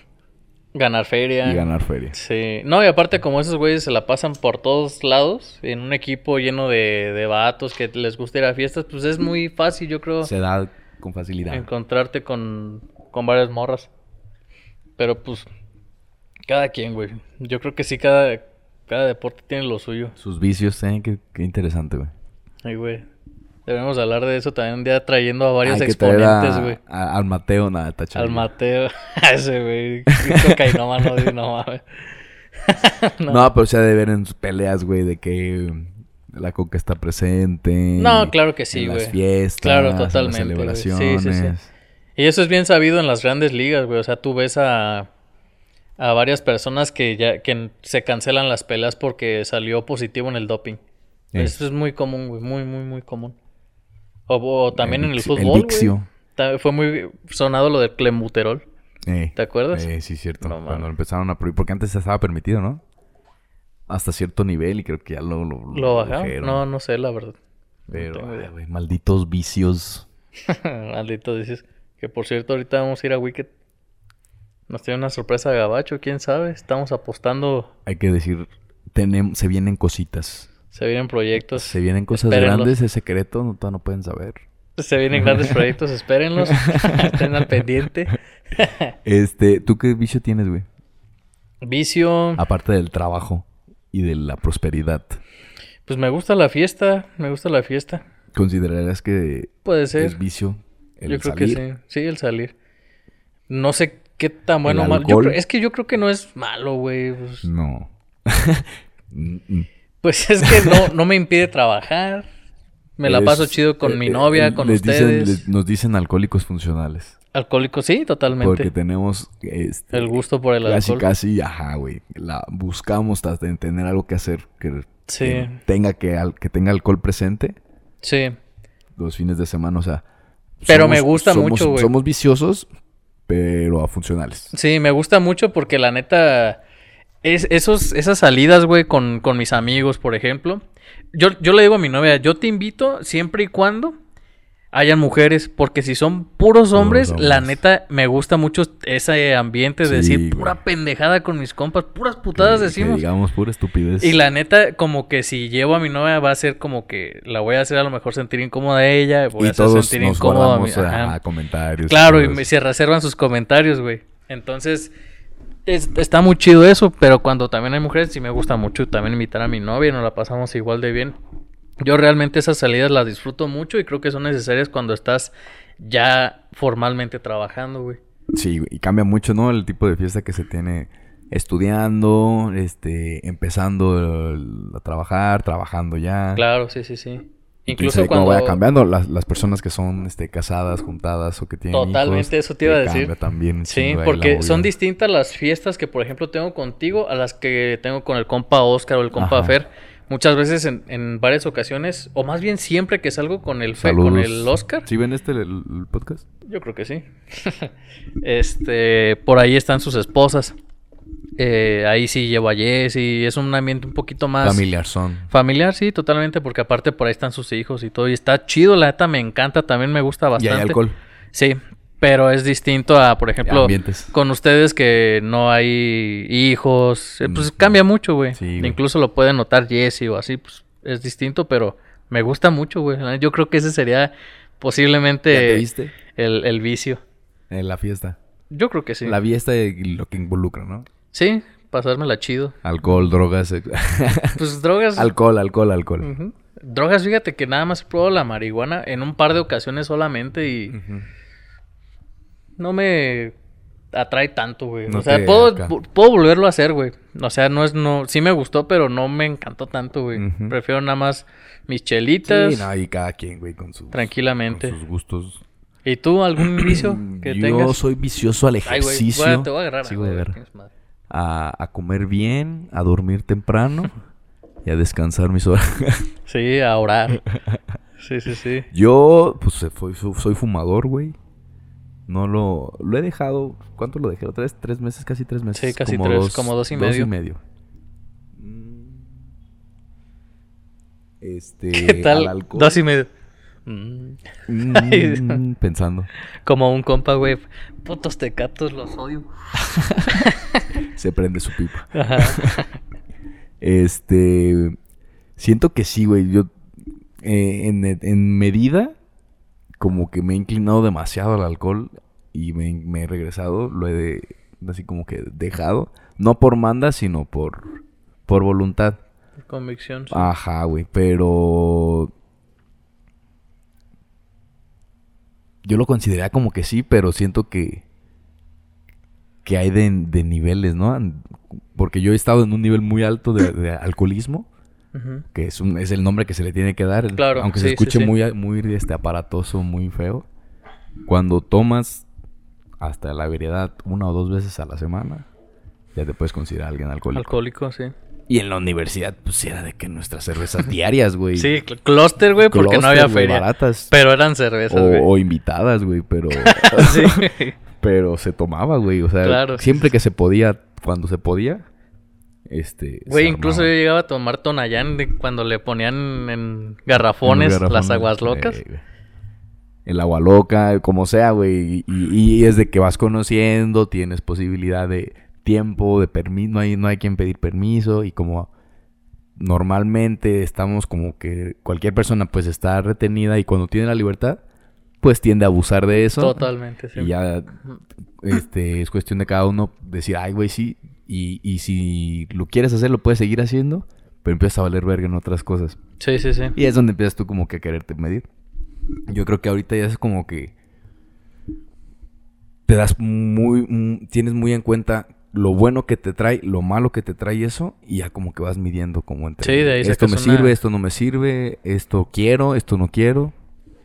S2: Ganar feria.
S1: y ganar ferias.
S2: Sí. No, y aparte como esos güeyes se la pasan por todos lados, en un equipo lleno de, de vatos que les gusta ir a fiestas, pues es muy fácil, yo creo,
S1: Se da con facilidad.
S2: encontrarte con, con varias morras. Pero pues, cada quien, güey. Yo creo que sí, cada, cada deporte tiene lo suyo.
S1: Sus vicios, ¿eh? Qué, qué interesante, güey.
S2: Ay, güey. Debemos hablar de eso también un día trayendo a varios
S1: Hay que traer a-
S2: exponentes, güey.
S1: a- al Mateo, nada, tacho.
S2: Al Mateo. A ese güey. Cocainómano, güey, no mames.
S1: No. pero se ha de ver en sus peleas, güey, de que la coca está presente.
S2: No, claro que sí,
S1: en
S2: güey.
S1: las fiestas,
S2: Claro,
S1: en
S2: totalmente,
S1: las
S2: güey. Sí, sí, sí.
S1: celebraciones.
S2: Y eso es bien sabido en las grandes ligas, güey. O sea, tú ves a, a varias personas que ya que se cancelan las peleas porque salió positivo en el doping.
S1: Eh.
S2: Eso es muy común, güey. Muy, muy, muy común. O, o también en el
S1: dixio- el
S2: fútbol, güey.
S1: dixio.
S2: Ta- Fue muy sonado lo del clenbuterol.
S1: Eh,
S2: ¿Te acuerdas?
S1: eh, sí, cierto.
S2: No
S1: Cuando
S2: mames.
S1: empezaron a prohibir, porque antes estaba permitido, ¿no? Hasta cierto nivel y creo que ya lo... Lo,
S2: ¿Lo bajaron?
S1: redujeron.
S2: No, no sé, la verdad.
S1: Pero,
S2: tengo
S1: ay,
S2: idea.
S1: güey, malditos vicios.
S2: Maldito dices. Que por cierto, ahorita vamos a ir a Wicked. Nos tiene una sorpresa Gabacho, quién sabe. Estamos apostando.
S1: Hay que decir, tenem- se vienen cositas.
S2: Se vienen proyectos.
S1: Se vienen cosas
S2: espérenlo.
S1: grandes, es secreto, no, todavía no pueden saber.
S2: Se vienen grandes proyectos, espérenlos. Estén al pendiente.
S1: Este, ¿tú qué vicio tienes, güey?
S2: Vicio.
S1: Aparte del trabajo y de la prosperidad.
S2: Pues me gusta la fiesta. Me gusta la fiesta.
S1: ¿Considerarías que
S2: Puede ser.
S1: es vicio el
S2: Yo creo
S1: salir?
S2: que sí. Sí, el salir. No sé qué tan bueno o
S1: ¿El Mm.
S2: malo. Yo creo-
S1: alcohol?
S2: es que yo creo que no es malo, güey. pues,
S1: No. Mm, mm.
S2: Pues es que no, no me impide trabajar. Me la
S1: Es-
S2: paso chido con mi
S1: eh,
S2: novia,
S1: eh,
S2: con
S1: les dicen-
S2: ustedes.
S1: les- nos dicen alcohólicos funcionales.
S2: Alcohólico, sí,
S1: Porque
S2: totalmente.
S1: tenemos este,
S2: El gusto por el
S1: casi,
S2: alcohol.
S1: casi, ajá, güey. La buscamos hasta en tener algo que hacer que,
S2: Sí.
S1: que tenga que, al- que tenga alcohol presente
S2: Sí.
S1: los fines de semana, o sea.
S2: Pero me gusta
S1: somos-
S2: mucho, güey.
S1: Somos viciosos, pero a funcionales.
S2: Sí, me gusta mucho porque la neta. Es, esos, esas salidas, güey, con, con mis amigos, por ejemplo. Yo, yo le digo a mi novia, yo te invito siempre y cuando hayan mujeres, porque si son puros hombres, la
S1: hombres.
S2: neta me gusta mucho ese ambiente de
S1: Sí,
S2: decir
S1: güey.
S2: pura pendejada con mis compas, puras putadas
S1: Que- que
S2: decimos.
S1: digamos pura estupidez.
S2: Y la neta, como que si llevo a mi novia, va a ser como que la voy a hacer a lo mejor sentir incómoda a ella, voy a
S1: Y
S2: hacer
S1: todos
S2: sentir
S1: nos
S2: incómoda a mi.
S1: guardamos a,
S2: ajá.
S1: a comentarios.
S2: Claro,
S1: todo
S2: y
S1: eso.
S2: me- se reservan sus comentarios, güey. Entonces, es- está muy chido eso, pero cuando también hay mujeres, sí me gusta mucho también invitar a mi novia y nos la pasamos igual de bien. Yo realmente esas salidas las disfruto mucho y creo que son necesarias cuando estás ya formalmente trabajando, güey.
S1: Sí, güey, y cambia mucho, ¿no? El tipo de fiesta que se tiene estudiando, este, empezando el- a trabajar, trabajando ya.
S2: Claro, sí, sí, sí.
S1: Incluso
S2: Incluso
S1: ahí Ah. cómo
S2: cuando...
S1: vaya cambiando las, las personas que son este, casadas, juntadas o que tienen
S2: Totalmente,
S1: hijos,
S2: eso te iba a
S1: que
S2: decir.
S1: cambia también. un
S2: Sí,
S1: chingo ahí la
S2: porque son
S1: movida.
S2: distintas las fiestas que, por ejemplo, tengo contigo a las que tengo con el compa Oscar o el compa
S1: Ajá.
S2: Fer. Muchas veces, en, en varias ocasiones, o más bien siempre que salgo con el Fer, con
S1: Saludos.
S2: el Oscar,
S1: ¿Sí ven este el, el podcast?
S2: yo creo que sí. este, por ahí están sus esposas. Eh, ahí sí llevo a Jessy, es un ambiente un poquito más...
S1: Familiar son.
S2: Familiar, sí, totalmente, porque aparte por ahí están sus hijos y todo, y está chido, la neta me encanta, también me gusta
S1: Y
S2: bastante.
S1: hay alcohol.
S2: Sí, pero es distinto a, por ejemplo,
S1: Ambientes.
S2: con ustedes que no hay hijos. eh, Pues
S1: Ujú.
S2: cambia mucho, güey.
S1: Sí, güey.
S2: Incluso lo puede notar Jesse o así, pues es distinto, pero me gusta mucho, güey. La- Yo creo que ese sería
S1: ¿Ya te
S2: posiblemente
S1: viste?
S2: el, el vicio.
S1: En la fiesta.
S2: Yo creo que sí.
S1: La fiesta y lo que involucra, ¿no?
S2: Sí, pasármela chido.
S1: Alcohol, drogas. sex-
S2: Pues drogas.
S1: alcohol, alcohol, alcohol.
S2: Ujú. Drogas, fíjate que nada más he probado la marihuana en un par de ocasiones solamente y.
S1: Ujú.
S2: no me atrae tanto, güey.
S1: No
S2: o sea,
S1: te
S2: puedo,
S1: acá.
S2: pu- puedo volverlo a hacer, güey. O sea, no es, no, sí me gustó, pero no me encantó tanto, güey.
S1: Ujú.
S2: Prefiero nada más mis
S1: Sí,
S2: chelitas
S1: no, y cada quien, güey, con sus, con
S2: tranquilamente.
S1: sus gustos. Mm,
S2: ¿Y tú algún vicio que
S1: Yo
S2: tengas?
S1: soy vicioso al
S2: Ay, güey,
S1: ejercicio.
S2: voy a- te voy a agarrar. ah,
S1: Sí, voy
S2: güey,
S1: a agarrar.
S2: tienes madre.
S1: A, a comer bien, a dormir temprano y a descansar mis horas.
S2: Sí, a orar. sí, sí, sí.
S1: Yo, pues, soy, soy- soy fumador, güey. No lo... Lo he dejado... ¿Cuánto lo dejé? ¿Tres, tres meses? Casi tres meses.
S2: Sí, casi tres, como dos y medio.
S1: Mm. Este...
S2: ¿Qué
S1: al
S2: tal?
S1: alcohol.
S2: Dos y medio. Mm,
S1: Mm, pensando.
S2: Como un compa, güey. Putos tecatos, los odio.
S1: Se prende su pipa.
S2: Ajá.
S1: Este. Siento que sí, güey. Yo. eh, en, en medida. Como que me he inclinado demasiado al alcohol. Y me, me he regresado. Lo he de- así como que dejado. No por manda, sino por. Por voluntad.
S2: Convicción. sí.
S1: Ajá, güey. Pero. Yo lo consideraba como que sí, pero siento que. Que hay de, de niveles, ¿no? Porque yo he estado en un nivel muy alto de, de alcoholismo,
S2: Ujú.
S1: que es, un- es el nombre que se le tiene que dar. el-
S2: Claro,
S1: aunque
S2: sí,
S1: se
S2: sí,
S1: escuche
S2: sí.
S1: muy, a- muy este, aparatoso, muy feo. Cuando tomas hasta la veredad una o dos veces a la semana, ya te puedes considerar alguien alcohólico.
S2: Alcohólico, sí.
S1: Y en la universidad, pues era de que nuestras cervezas diarias, güey.
S2: Sí, cl- clúster, güey, porque no
S1: Clúster,
S2: había
S1: güey, Oh,
S2: feria.
S1: baratas.
S2: Pero eran cervezas, güey.
S1: o, o invitadas, güey, pero, oh,
S2: Sí.
S1: pero se tomaba, güey. O sea,
S2: Claro, sí,
S1: siempre que se podía, cuando se podía, este. se
S2: Güey, incluso yo
S1: armaba.
S2: llegaba a tomar Tonayán de cuando le ponían en garrafones,
S1: Unos garrafones,
S2: las aguas locas.
S1: eh, güey. el agua loca, como sea, güey. Y, y- y es de que vas conociendo, tienes posibilidad de tiempo, de permiso. No hay, no hay quien pedir permiso. Y como normalmente estamos como que cualquier persona pues está retenida y cuando tiene la libertad, pues tiende a abusar de eso.
S2: Totalmente, sí. Mm,
S1: Y ya este, es cuestión de cada uno decir, ay, güey, sí. Y, y si lo quieres hacer, lo puedes seguir haciendo, pero empiezas a valer verga en otras cosas.
S2: Sí, sí, sí.
S1: Y es donde empiezas tú como que a quererte medir. Yo creo que ahorita ya es como que te das muy, mm, tienes muy en cuenta lo bueno que te trae, lo malo que te trae eso, y ya como que vas midiendo como entre
S2: Sí, de ahí
S1: esto me
S2: sacas una-
S1: sirve, esto no me sirve, esto quiero, esto no quiero.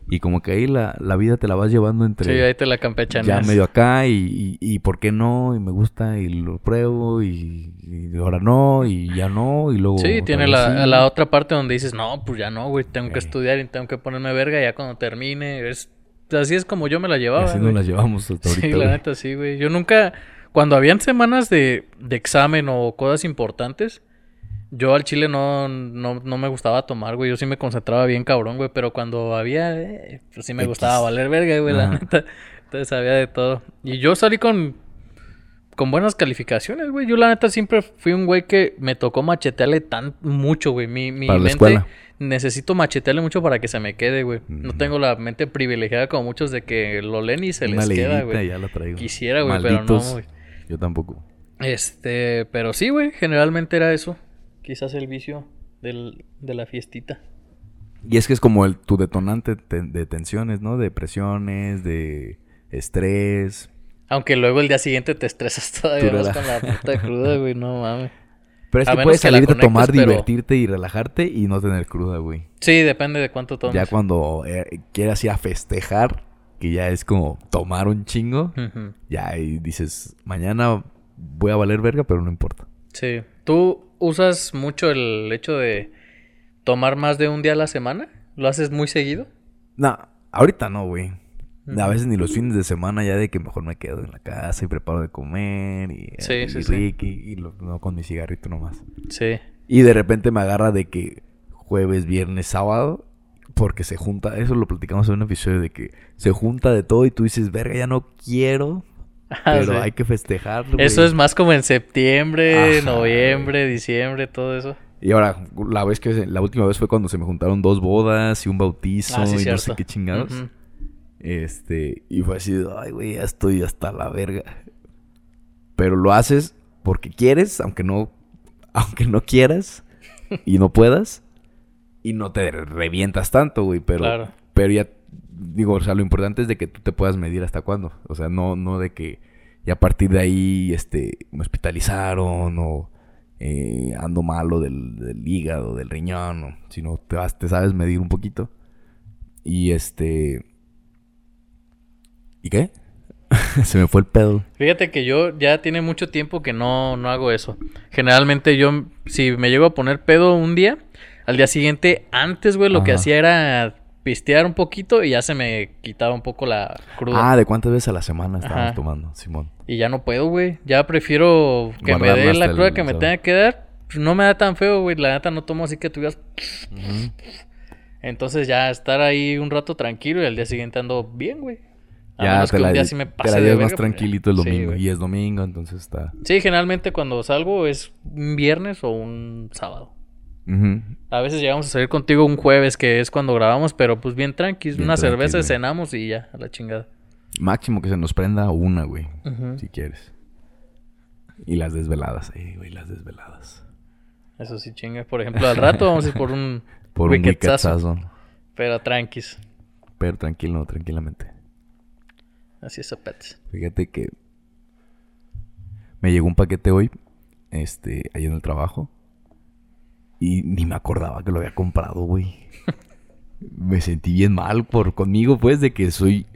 S1: Y como que ahí la, la vida te la vas llevando
S2: Sí,
S1: entre
S2: ahí te la
S1: ya
S2: campechaneas.
S1: medio acá y, y, y por qué no, y me gusta, y lo pruebo, y, y ahora no, y ya no, y luego.
S2: Sí,
S1: otra
S2: tiene
S1: vez
S2: la,
S1: sí.
S2: la otra parte donde dices, no, pues ya no, güey, tengo que
S1: Sí.
S2: estudiar y tengo que ponerme verga ya cuando termine. Es, así es como yo me la
S1: Y
S2: llevaba.
S1: así nos
S2: güey.
S1: la llevamos hasta ahorita.
S2: sí, la
S1: güey.
S2: neta, sí, güey. Yo nunca, cuando habían semanas de, de examen o cosas importantes, yo al chile no, no, no me gustaba tomar, güey. Yo sí me concentraba bien cabrón, güey. Pero cuando había, eh, pues sí me
S1: X. Ah.
S2: gustaba valer verga, güey, la
S1: Ajá.
S2: neta. Entonces sabía de todo. Y yo salí con, con buenas calificaciones, güey. Yo la neta siempre fui un güey que me tocó machetearle tan mucho, güey. Mi, mi
S1: Para la
S2: mente
S1: escuela. Mm.
S2: necesito machetearle mucho para que se me quede, güey. No
S1: Ujú.
S2: tengo la mente privilegiada como muchos de que lo leen y se
S1: Una
S2: les queda,
S1: liguita
S2: güey.
S1: ya la traigo.
S2: Quisiera, güey, pero no,
S1: Malditos.
S2: güey.
S1: Yo tampoco.
S2: Este, pero sí, güey, generalmente era eso. Quizás el vicio del, de la fiestita.
S1: Y es que es como el, tu detonante te- de tensiones, ¿no? De presiones, de estrés.
S2: Aunque luego el día siguiente te estresas todavía
S1: Tú
S2: más
S1: rela-
S2: con la puta cruda, güey, no mames.
S1: Pero es
S2: A
S1: que
S2: menos
S1: puedes
S2: que la
S1: salir de
S2: conectes,
S1: tomar,
S2: pero-
S1: divertirte y relajarte y no tener cruda, güey.
S2: Sí, depende de cuánto tomes.
S1: Ya cuando eh, quieras ir a festejar, que ya es como tomar un chingo,
S2: Ujú.
S1: ya ahí dices, mañana voy a valer verga, pero no importa.
S2: Sí. ¿Tú usas mucho el hecho de tomar más de un día a la semana? ¿Lo haces muy seguido?
S1: No, ahorita no, güey. A
S2: Ujú.
S1: veces ni los fines de semana ya de que mejor me quedo en la casa y preparo de comer y,
S2: Sí,
S1: y
S2: sí, sí.
S1: rico y- y lo- no, con mi cigarrito nomás.
S2: Sí.
S1: Y de repente me agarra de que jueves, viernes, sábado, porque se junta, eso lo platicamos en un episodio de que se junta de todo y tú dices, verga, ya no quiero, pero
S2: Ah, Sí.
S1: hay que festejar.
S2: Eso
S1: güey".
S2: es más como en septiembre,
S1: Ajá,
S2: noviembre, diciembre, todo eso.
S1: Y ahora, la vez que se- la última vez fue cuando se me juntaron dos bodas y un bautizo
S2: Ah, sí,
S1: y no sé
S2: cierto.
S1: qué chingados.
S2: Ujú.
S1: Este, y fue así, de, ay, güey, ya estoy hasta la verga. Pero lo haces porque quieres, aunque no, aunque no quieras y no puedas. Y no te revientas tanto, güey, pero,
S2: Claro.
S1: pero ya, digo, o sea, lo importante es de que tú te puedas medir hasta cuándo. O sea, no, no de que ya a partir de ahí, este, me hospitalizaron o eh, ando malo del, del hígado, del riñón, o, sino te, vas- te sabes medir un poquito. Y este... ¿Y qué? Se me fue el pedo.
S2: Fíjate que yo ya tiene mucho tiempo que no, no hago eso. Generalmente yo, si me llego a poner pedo un día, al día siguiente, antes, güey, lo que
S1: Ajá.
S2: hacía era pistear un poquito y ya se me quitaba un poco la cruda.
S1: Ah, ¿de cuántas veces a la semana estabas
S2: Ajá.
S1: tomando, Simón?
S2: Y ya no puedo, güey. Ya prefiero que me
S1: Guardarla
S2: dé la
S1: hasta
S2: cruda
S1: el
S2: que me
S1: sábado.
S2: tenga que dar. No me da tan feo, güey. La neta no tomo así que tuvieras... Entonces ya estar ahí un rato tranquilo y al día siguiente ando bien, güey. A
S1: Ya
S2: menos
S1: te
S2: que
S1: la,
S2: un día sí me
S1: te la
S2: pase de
S1: llevas
S2: verga,
S1: más
S2: pues, ya.
S1: tranquilito el
S2: Sí,
S1: domingo.
S2: güey.
S1: y es domingo, entonces está...
S2: Sí, generalmente cuando salgo es un viernes o un sábado.
S1: Ujú.
S2: A veces llegamos a salir contigo un jueves, que es cuando grabamos, pero pues bien tranquis,
S1: Bien
S2: una
S1: tranqui,
S2: cerveza,
S1: güey.
S2: cenamos y ya, a la chingada.
S1: Máximo que se nos prenda una, güey.
S2: Ujú.
S1: Si quieres. Y las desveladas, eh, güey, las desveladas.
S2: Eso sí chingas. Por ejemplo, al rato vamos a ir por un
S1: Por un
S2: wicketazo,
S1: wicketazo.
S2: pero tranquis.
S1: Pero tranquilo, tranquilamente.
S2: Así es, zapates.
S1: Fíjate que me llegó un paquete hoy, este, ahí en el trabajo. Y ni me acordaba que lo había comprado, güey. me sentí bien mal por conmigo, pues, de que soy.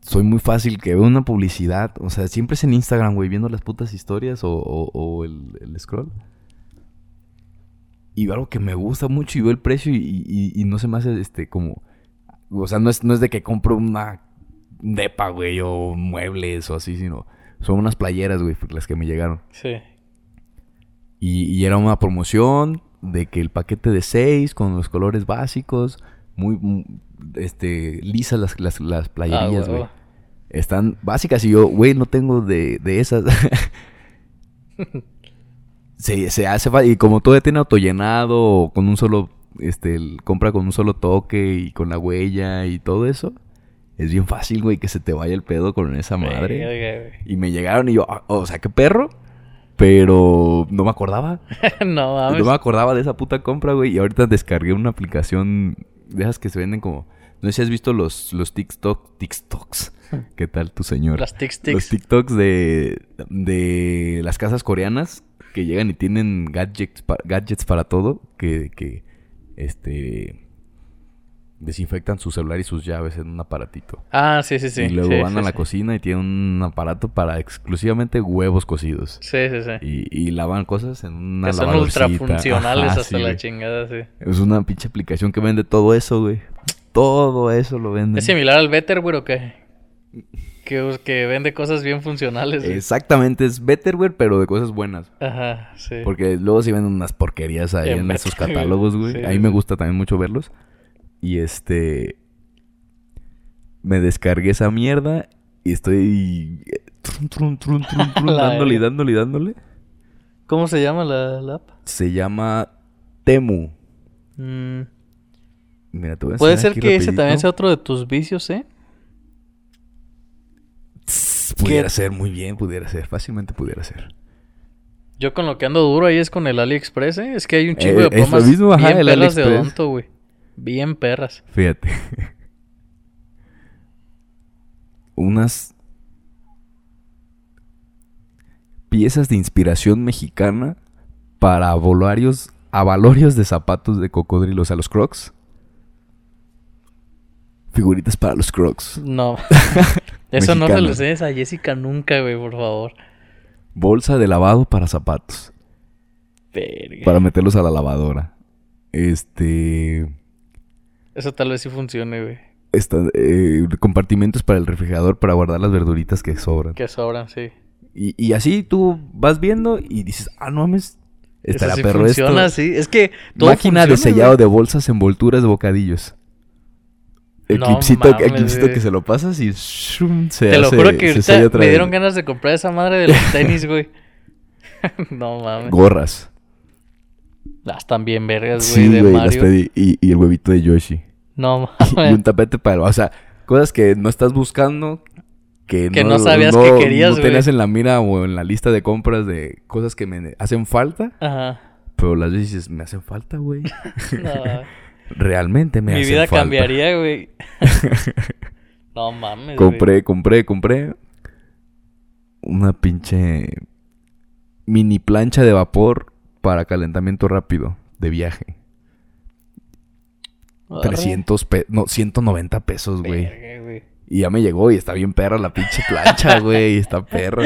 S1: Soy muy fácil que veo una publicidad. O sea, siempre es en Instagram, güey, viendo las putas historias o, o- o el, el scroll. Y veo algo que me gusta mucho y veo el precio y, y- y no se me hace este como. O sea, no es, no es de que compro una depa, güey, o muebles o así, sino son unas playeras, güey, las que me llegaron.
S2: Sí.
S1: Y, y era una promoción de que el paquete de seis con los colores básicos, muy, mm, este, lisas las, las, las
S2: Ah,
S1: playerías,
S2: huevo.
S1: güey. Están básicas y yo, güey, no tengo de, de esas. se, se hace fa- y como todavía tiene autollenado o con un solo, este, el- compra con un solo toque y con la huella y todo eso. Es bien fácil, güey, que se te vaya el pedo con esa madre.
S2: Verga,
S1: Y me llegaron y yo, ah, o sea, qué perro. Pero no me acordaba.
S2: güey. no mames.
S1: No me acordaba de esa puta compra, güey. Y ahorita descargué una aplicación de esas que se venden como No sé si has visto los, los TikTok, TikToks. ¿Qué tal tu señora?
S2: Las tic tics.
S1: Los TikToks de, de las casas coreanas que llegan y tienen gadgets, pa- gadgets para todo, que, que este desinfectan su celular y sus llaves en un aparatito.
S2: Ah, sí, sí, sí.
S1: y luego
S2: sí,
S1: van
S2: sí,
S1: a la
S2: sí.
S1: cocina y tienen un aparato para exclusivamente huevos cocidos.
S2: Sí, sí, sí.
S1: Y, y lavan cosas en una
S2: Que son
S1: lavadorcita.
S2: ultrafuncionales
S1: Ajá,
S2: hasta
S1: sí,
S2: la
S1: güey.
S2: chingada, sí.
S1: Es una pinche aplicación que vende todo eso, güey. Todo eso lo vende.
S2: ¿Es similar al Better, güey, o qué? Que, us- que vende cosas bien funcionales. güey.
S1: Exactamente, es Betterware, pero de cosas buenas.
S2: Ajá, sí.
S1: Porque luego sí venden unas porquerías ahí
S2: En
S1: en, esos
S2: Betterware,
S1: catálogos, güey.
S2: sí,
S1: Ahí
S2: sí,
S1: me
S2: sí.
S1: gusta también mucho verlos. Y este. Me descargué esa mierda y estoy. Trun, trun, trun, trun, trun,
S2: La
S1: dándole y
S2: verga.
S1: dándole y dándole.
S2: ¿Cómo se llama la, la app?
S1: Se llama Temu.
S2: Mm,
S1: Mira, te voy a
S2: Puede
S1: enseñar
S2: ser
S1: aquí
S2: que ese también
S1: rapidito.
S2: sea otro de tus vicios, ¿eh?
S1: Tss, Pudiera ser, muy bien, pudiera ser. Fácilmente pudiera ser.
S2: Yo con lo que ando duro ahí es con el AliExpress, ¿eh? Es que hay un chingo
S1: Eh,
S2: de
S1: es lo
S2: pomas
S1: mismo, ajá,
S2: bien
S1: el
S2: perras de
S1: AliExpress.
S2: odonto, güey. Bien perras.
S1: Fíjate. Unas piezas de inspiración mexicana para avalorios, avalorios de zapatos de cocodrilos a los crocs. Figuritas para los crocs.
S2: No. Eso no se
S1: Mexicano.
S2: lo cedes a Jessica nunca, güey, por favor.
S1: Bolsa de lavado para zapatos.
S2: Verga.
S1: Para meterlos a la lavadora. Este.
S2: Eso tal vez sí funcione, güey.
S1: esta- eh, compartimentos para el refrigerador para guardar las verduritas que sobran.
S2: Que sobran, sí.
S1: Y, y así tú vas viendo y dices, ah, no mames,
S2: Eso
S1: estará
S2: sí
S1: perro
S2: funciona,
S1: esto.
S2: sí. Es que todo
S1: Máquina de
S2: funciona,
S1: sellado
S2: güey.
S1: de bolsas, envolturas, de bocadillos.
S2: No
S1: Eclipsito,
S2: mames,
S1: eclipsito
S2: güey.
S1: que se lo pasas y shum, se
S2: Te lo
S1: hace-
S2: juro
S1: se
S2: que ahorita
S1: sella
S2: me
S1: otra vez.
S2: dieron ganas de comprar esa madre de los tenis, güey. no mames.
S1: Gorras.
S2: Las también vergas, güey,
S1: Sí,
S2: de
S1: güey, las
S2: Mario.
S1: pedí. Y, y el huevito de Yoshi.
S2: No
S1: Y, un
S2: mames.
S1: tapete para... O sea, cosas que no estás buscando... Que,
S2: Que no sabías que querías,
S1: No tenías
S2: güey.
S1: en la mira o en la lista de compras de cosas que me hacen falta.
S2: Ajá.
S1: Pero las veces dices, me hacen falta, güey.
S2: No,
S1: Realmente me
S2: mi
S1: hacen
S2: vida
S1: falta.
S2: cambiaría, güey. no mames, güey.
S1: Compré, compré, compré una pinche mini plancha de vapor para calentamiento rápido de viaje.
S2: Arre.
S1: 300 pesos, no, 190 pesos, güey.
S2: Verga, güey.
S1: Y ya me llegó y está bien perra la pinche plancha, güey. Está perra.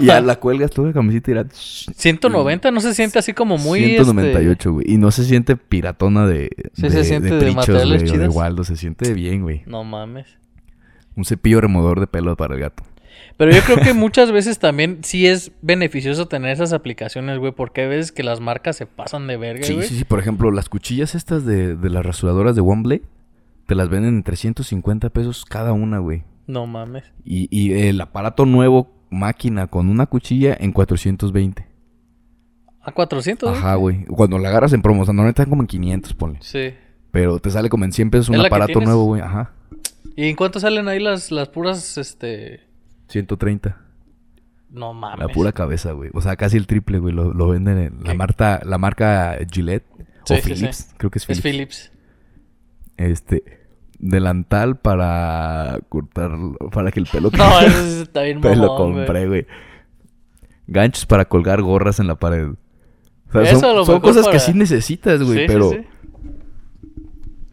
S1: Y ya la cuelgas tú la camiseta y era
S2: 190 no se siente así como muy. este,
S1: 198, güey. Y no se siente piratona de,
S2: Sí, se siente de
S1: trichos,
S2: materiales
S1: güey, o de
S2: chidos.
S1: Waldo. Se siente bien, güey.
S2: No mames.
S1: Un cepillo remodor de pelo para el gato.
S2: Pero yo creo que muchas veces también sí es beneficioso tener esas aplicaciones, güey, porque hay veces que las marcas se pasan de verga,
S1: Sí,
S2: güey.
S1: sí, sí. Por ejemplo, las cuchillas estas de, de las rasuradoras de Wembley te las venden en 350 pesos cada una, güey.
S2: No mames.
S1: Y, y el aparato nuevo, máquina con una cuchilla en 420.
S2: A 400, güey.
S1: Ajá, güey. Cuando la agarras en promo, o sea, normalmente están como en 500, ponle.
S2: Sí.
S1: Pero te sale como en 100 pesos un
S2: ¿Es la que
S1: aparato
S2: tienes?
S1: nuevo, güey. Ajá.
S2: ¿Y en cuánto salen ahí las, las puras, este...
S1: 130.
S2: No mames.
S1: La pura cabeza, güey. O sea, casi el triple, güey. Lo, lo venden en la,
S2: pues. ¿Qué?
S1: marca, la marca Gillette.
S2: Sí,
S1: o
S2: sí, sí.
S1: Philips. Creo que es
S2: Es
S1: Philips.
S2: Philips.
S1: Este. Delantal para cortar. Para que el pelo.
S2: No, eso sí está bien
S1: Pero lo
S2: mamón, güey.
S1: compré, güey. Ganchos para colgar gorras en la pared. O sea,
S2: Eso a
S1: son
S2: lo
S1: son
S2: mejor
S1: cosas que
S2: para-
S1: sí necesitas, güey.
S2: Sí, sí,
S1: pero
S2: sí.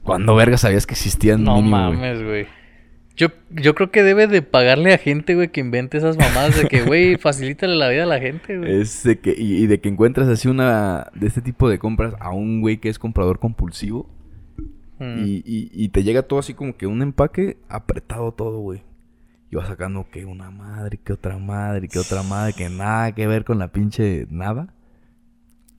S1: cuando verga sabías que existían
S2: No
S1: mínimo, güey?
S2: mames, güey. Yo, yo creo que debe de pagarle a gente, güey, que invente esas mamadas de que, güey, facilítale la vida a la gente, güey.
S1: Es de que, y, y de que encuentras así una de este tipo de compras a un güey que es comprador compulsivo
S2: Mm.
S1: y, y- y te llega todo así como que un empaque apretado todo, güey. Y vas sacando que una madre, que otra madre, que otra madre, que nada que ver con la pinche nada.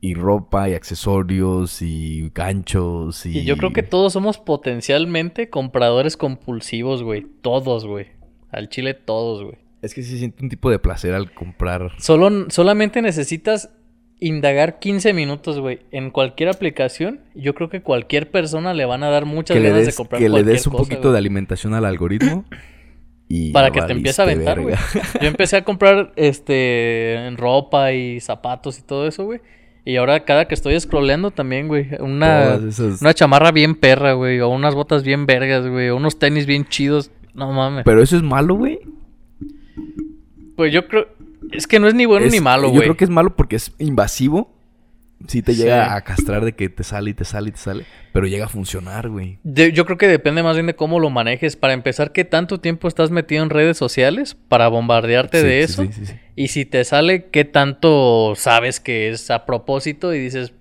S1: Y ropa, y accesorios, y ganchos, y...
S2: Y yo creo que todos somos potencialmente compradores compulsivos, güey. Todos, güey. Al chile todos, güey.
S1: Es que se siente un tipo de placer al comprar.
S2: Solo, solamente necesitas indagar 15 minutos, güey, en cualquier aplicación. Yo creo que cualquier persona le van a dar muchas
S1: que le
S2: ganas
S1: des,
S2: de comprar
S1: que le
S2: cualquier
S1: des un
S2: cosa,
S1: poquito
S2: güey,
S1: de alimentación al algoritmo. Y
S2: para
S1: ya
S2: que te empiece a
S1: valiste
S2: aventar, güey.
S1: verga.
S2: Yo empecé a comprar este en ropa y zapatos y todo eso, güey. Y ahora cada que estoy scrolleando también, güey, una,
S1: Todas esas-
S2: una chamarra bien perra, güey, o unas botas bien vergas, güey, o unos tenis bien chidos. No mames.
S1: Pero eso es malo, güey.
S2: Pues yo creo... Es que no es ni bueno
S1: Es-
S2: ni malo,
S1: Yo
S2: güey.
S1: creo que es malo porque es invasivo. Sí te
S2: Sí.
S1: llega a castrar de que te sale y te sale y te sale. Pero llega a funcionar, güey.
S2: De- yo creo que depende más bien de cómo lo manejes. Para empezar, qué tanto tiempo estás metido en redes sociales para bombardearte
S1: Sí,
S2: de
S1: sí,
S2: eso.
S1: sí, sí, sí.
S2: Y si te sale, qué tanto sabes que es a propósito y dices,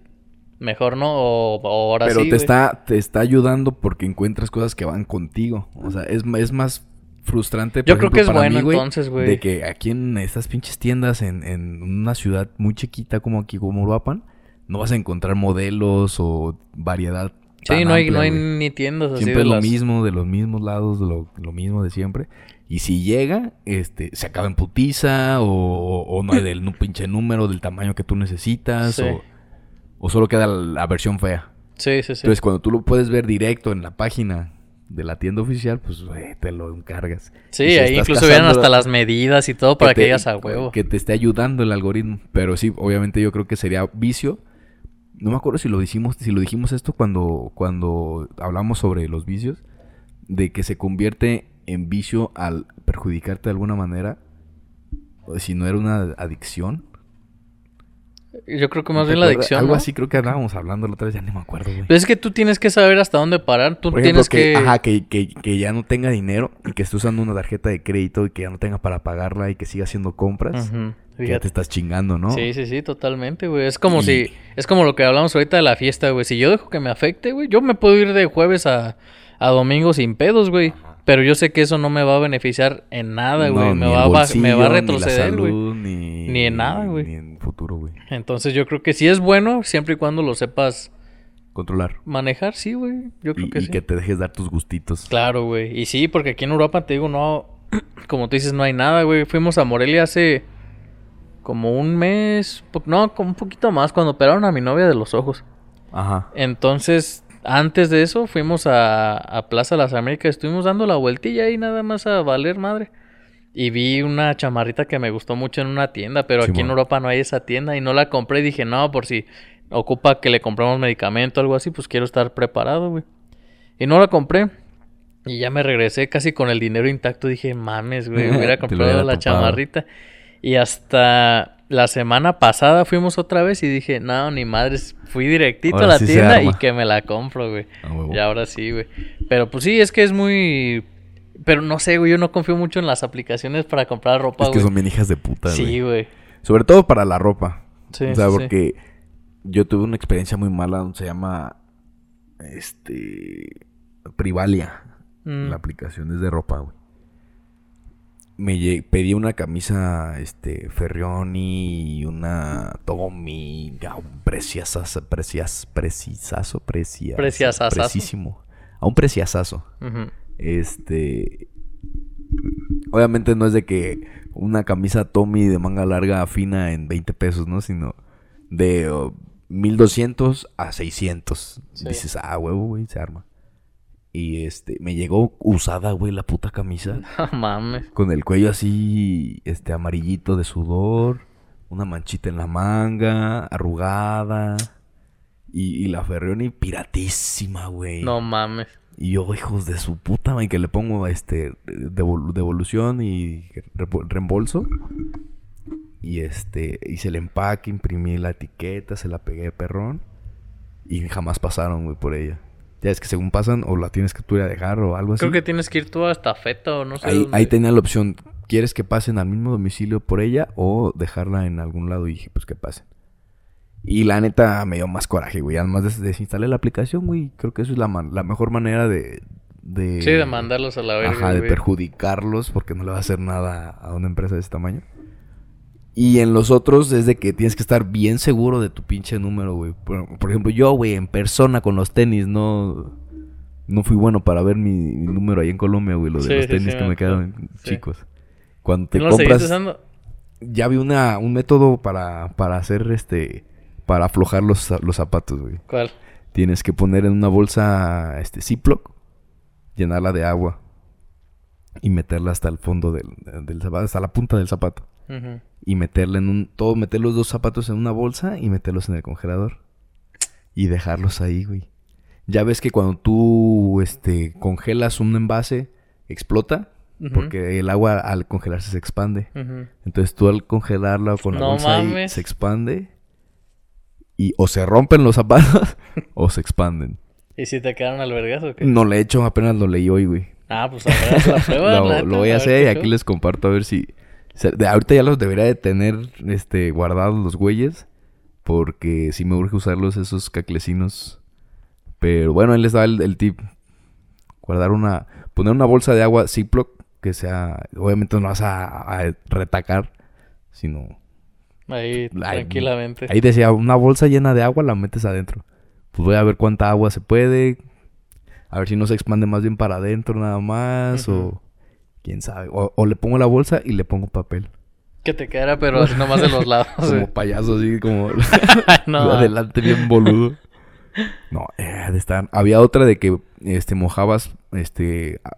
S2: mejor no, o, o ahora
S1: Pero
S2: sí.
S1: te,
S2: güey.
S1: está, te está ayudando porque encuentras cosas que van contigo. O sea, es, ma- es más frustrante. por
S2: Yo creo
S1: ejemplo,
S2: que es
S1: para
S2: bueno
S1: mí, güey,
S2: entonces, güey.
S1: De que aquí en estas pinches tiendas, en, en una ciudad muy chiquita como aquí, como Uruapan, no vas a encontrar modelos o variedad.
S2: Sí,
S1: tan
S2: no hay,
S1: amplia,
S2: no hay
S1: güey.
S2: ni tiendas así.
S1: Siempre
S2: de
S1: es lo
S2: las-
S1: mismo, de los mismos lados, de lo, lo mismo de siempre. Y si llega, este, se acaba en putiza o, o- o no hay del nu- pinche número, del tamaño que tú necesitas
S2: Sí.
S1: o, o solo queda la, la versión fea.
S2: Sí, sí, sí.
S1: Entonces, cuando tú lo puedes ver directo en la página de la tienda oficial, pues güey, te lo encargas.
S2: sí,
S1: Y si
S2: ahí
S1: pues, estás
S2: incluso vieron
S1: cazando-
S2: hasta las medidas y todo para que
S1: te-
S2: digas a huevo.
S1: Que te esté ayudando el algoritmo. Pero sí, obviamente yo creo que sería vicio. No me acuerdo si lo dijimos, si lo dijimos esto cuando, cuando hablamos sobre los vicios. De que se convierte en vicio al perjudicarte de alguna manera. o Si no era una adicción.
S2: Yo creo que más
S1: ¿Te
S2: bien la
S1: acuerdas?
S2: adicción.
S1: Algo
S2: ¿no?
S1: así creo que andábamos hablando la otra vez, ya ni me acuerdo, güey.
S2: Pero es que tú tienes que saber hasta dónde parar. Tú
S1: Por ejemplo,
S2: tienes
S1: que,
S2: que.
S1: ajá, que, que- que ya no tenga dinero y que esté usando una tarjeta de crédito y que ya no tenga para pagarla y que siga haciendo compras. que
S2: Ujú,
S1: ya
S2: fíjate.
S1: te estás chingando, ¿no?
S2: Sí, sí, sí, totalmente, güey. Es como
S1: Y-
S2: si, es como lo que hablamos ahorita de la fiesta, güey. Si yo dejo que me afecte, güey, yo me puedo ir de jueves a, a domingo sin pedos, güey. Pero yo sé que eso no me va a beneficiar en nada, güey.
S1: No,
S2: me,
S1: ni
S2: va
S1: el
S2: a ba-
S1: bolsillo,
S2: me va
S1: ni
S2: a
S1: la
S2: retroceder, güey.
S1: salud, Ni,
S2: Ni en nada, güey.
S1: Ni en futuro, güey.
S2: Entonces yo creo que sí es bueno, siempre y cuando lo sepas
S1: Controlar.
S2: manejar, sí, güey. Yo creo
S1: Y,
S2: que
S1: y
S2: sí.
S1: que te dejes dar tus gustitos.
S2: Claro, güey. Y sí, porque aquí en Europa te digo, no, como tú dices, no hay nada, güey. Fuimos a Morelia hace como un mes, po- no, como un poquito más, cuando operaron a mi novia de los ojos.
S1: Ajá.
S2: Entonces, antes de eso, fuimos a, a Plaza Las Américas, estuvimos dando la vueltilla ahí nada más a valer madre. Y vi una chamarrita que me gustó mucho en una tienda, pero aquí en
S1: Simón.
S2: Europa no hay esa tienda y no la compré y dije, no, por si ocupa que le compramos medicamento o algo así, pues quiero estar preparado, güey. Y no la compré. Y ya me regresé casi con el dinero intacto. Dije, mames, güey,
S1: Te
S2: hubiera
S1: lo
S2: comprado
S1: hubiera topado.
S2: la chamarrita. Y hasta la semana pasada fuimos otra vez y dije, no, ni madres. Fui directito
S1: Ahora
S2: a la
S1: sí se
S2: tienda y
S1: arma.
S2: que me la compro, güey.
S1: A huevo.
S2: Y ahora sí, güey. Pero pues sí, es que es muy... Pero no sé, güey, yo no confío mucho en las aplicaciones para comprar ropa,
S1: es que
S2: güey.
S1: son bien hijas de puta,
S2: sí,
S1: güey.
S2: güey.
S1: Sobre todo para la ropa.
S2: Sí,
S1: o sea,
S2: sí, sí.
S1: porque yo tuve una experiencia muy mala donde se llama. Este. Privalia.
S2: Mm,
S1: La aplicación es de ropa, güey. Me lle- pedí una camisa, este, Ferrioni, y una Tommy, a un preciasazo, precias, precisazo, precias,
S2: Preciasazazo.
S1: precisísimo. A un preciasazo.
S2: ujú.
S1: Este. Obviamente no es de que una camisa Tommy de manga larga fina en 20 pesos, ¿no? Sino de oh, 1200 a 600.
S2: Sí.
S1: Dices, ah, huevo, güey, se arma. Y este, me llegó usada, güey, la puta camisa.
S2: No mames.
S1: Con el cuello así, este, amarillito de sudor. Una manchita en la manga, arrugada. Y, y la Ferroni piratísima, güey.
S2: No mames.
S1: Y yo, hijos de su puta, man, que le pongo este devol- devolución y repo- reembolso. Y este, hice el empaque, imprimí la etiqueta, se la pegué de perrón. Y jamás pasaron, güey, por ella. Ya es que según pasan, o la tienes que tú ir a dejar o algo así.
S2: Creo que tienes que ir tú hasta Feta o no sé.
S1: ¿Ah, ahí,
S2: dónde.
S1: ahí tenía la opción, ¿quieres que pasen al mismo domicilio por ella o dejarla en algún lado? Y dije, pues que pasen. Y la neta me dio más coraje, güey. Además des- desinstalé la aplicación, güey. Creo que eso es la, man- la mejor manera de... de
S2: Sí, de mandarlos a la verga,
S1: Ajá, de
S2: güey.
S1: perjudicarlos porque no le va a hacer nada a una empresa de ese tamaño. Y en los otros es de que tienes que estar bien seguro de tu pinche número, güey. Por, por ejemplo, yo, güey, en persona con los tenis no... No fui bueno para ver mi, mi número ahí en Colombia, güey. Lo de
S2: Sí,
S1: los
S2: sí,
S1: tenis
S2: sí,
S1: que
S2: me
S1: me
S2: acuerdo.
S1: quedaron
S2: Sí.
S1: chicos. Cuando te
S2: ¿No lo seguiste
S1: compras...
S2: usando?
S1: Ya vi una, un método para, para hacer este... Para aflojar los, los zapatos, güey.
S2: ¿Cuál?
S1: Tienes que poner en una bolsa este Ziploc, llenarla de agua. y meterla hasta el fondo del, del zapato, hasta la punta del zapato.
S2: Ujú.
S1: Y meterla en un, todo, meter los dos zapatos en una bolsa y meterlos en el congelador. Y dejarlos ahí, güey. Ya ves que cuando tú, este, congelas un envase, explota.
S2: Ujú.
S1: Porque el agua al congelarse se expande.
S2: Ujú.
S1: Entonces tú al congelarla con la
S2: No
S1: bolsa ahí,
S2: mames.
S1: se expande. Y o se rompen los zapatos o se expanden.
S2: ¿Y si te quedaron al vergazo o qué?
S1: No le he hecho, apenas lo leí hoy, güey.
S2: Ah, pues ahora es la prueba.
S1: lo,
S2: la neta,
S1: lo voy a
S2: ver
S1: hacer y
S2: qué
S1: aquí
S2: show.
S1: les comparto a ver si... se- de- ahorita ya los debería de tener este, guardados los güeyes. Porque sí me urge usarlos esos caclecinos. Pero bueno, él les da el, el tip. Guardar una... Poner una bolsa de agua Ziploc que sea... Obviamente no vas a, a retacar. Sino... Ay,
S2: Ahí, tranquilamente.
S1: Ahí decía, una bolsa llena de agua la metes adentro. Pues voy a ver cuánta agua se puede. A ver si no se expande más bien para adentro nada más.
S2: Ujú.
S1: O quién sabe. O, o le pongo la bolsa y le pongo papel.
S2: Que te quedara, pero así nomás de los lados.
S1: como
S2: güey.
S1: payaso, así como
S2: no.
S1: adelante bien boludo. No, eh, de estar. Había otra de que este mojabas este a-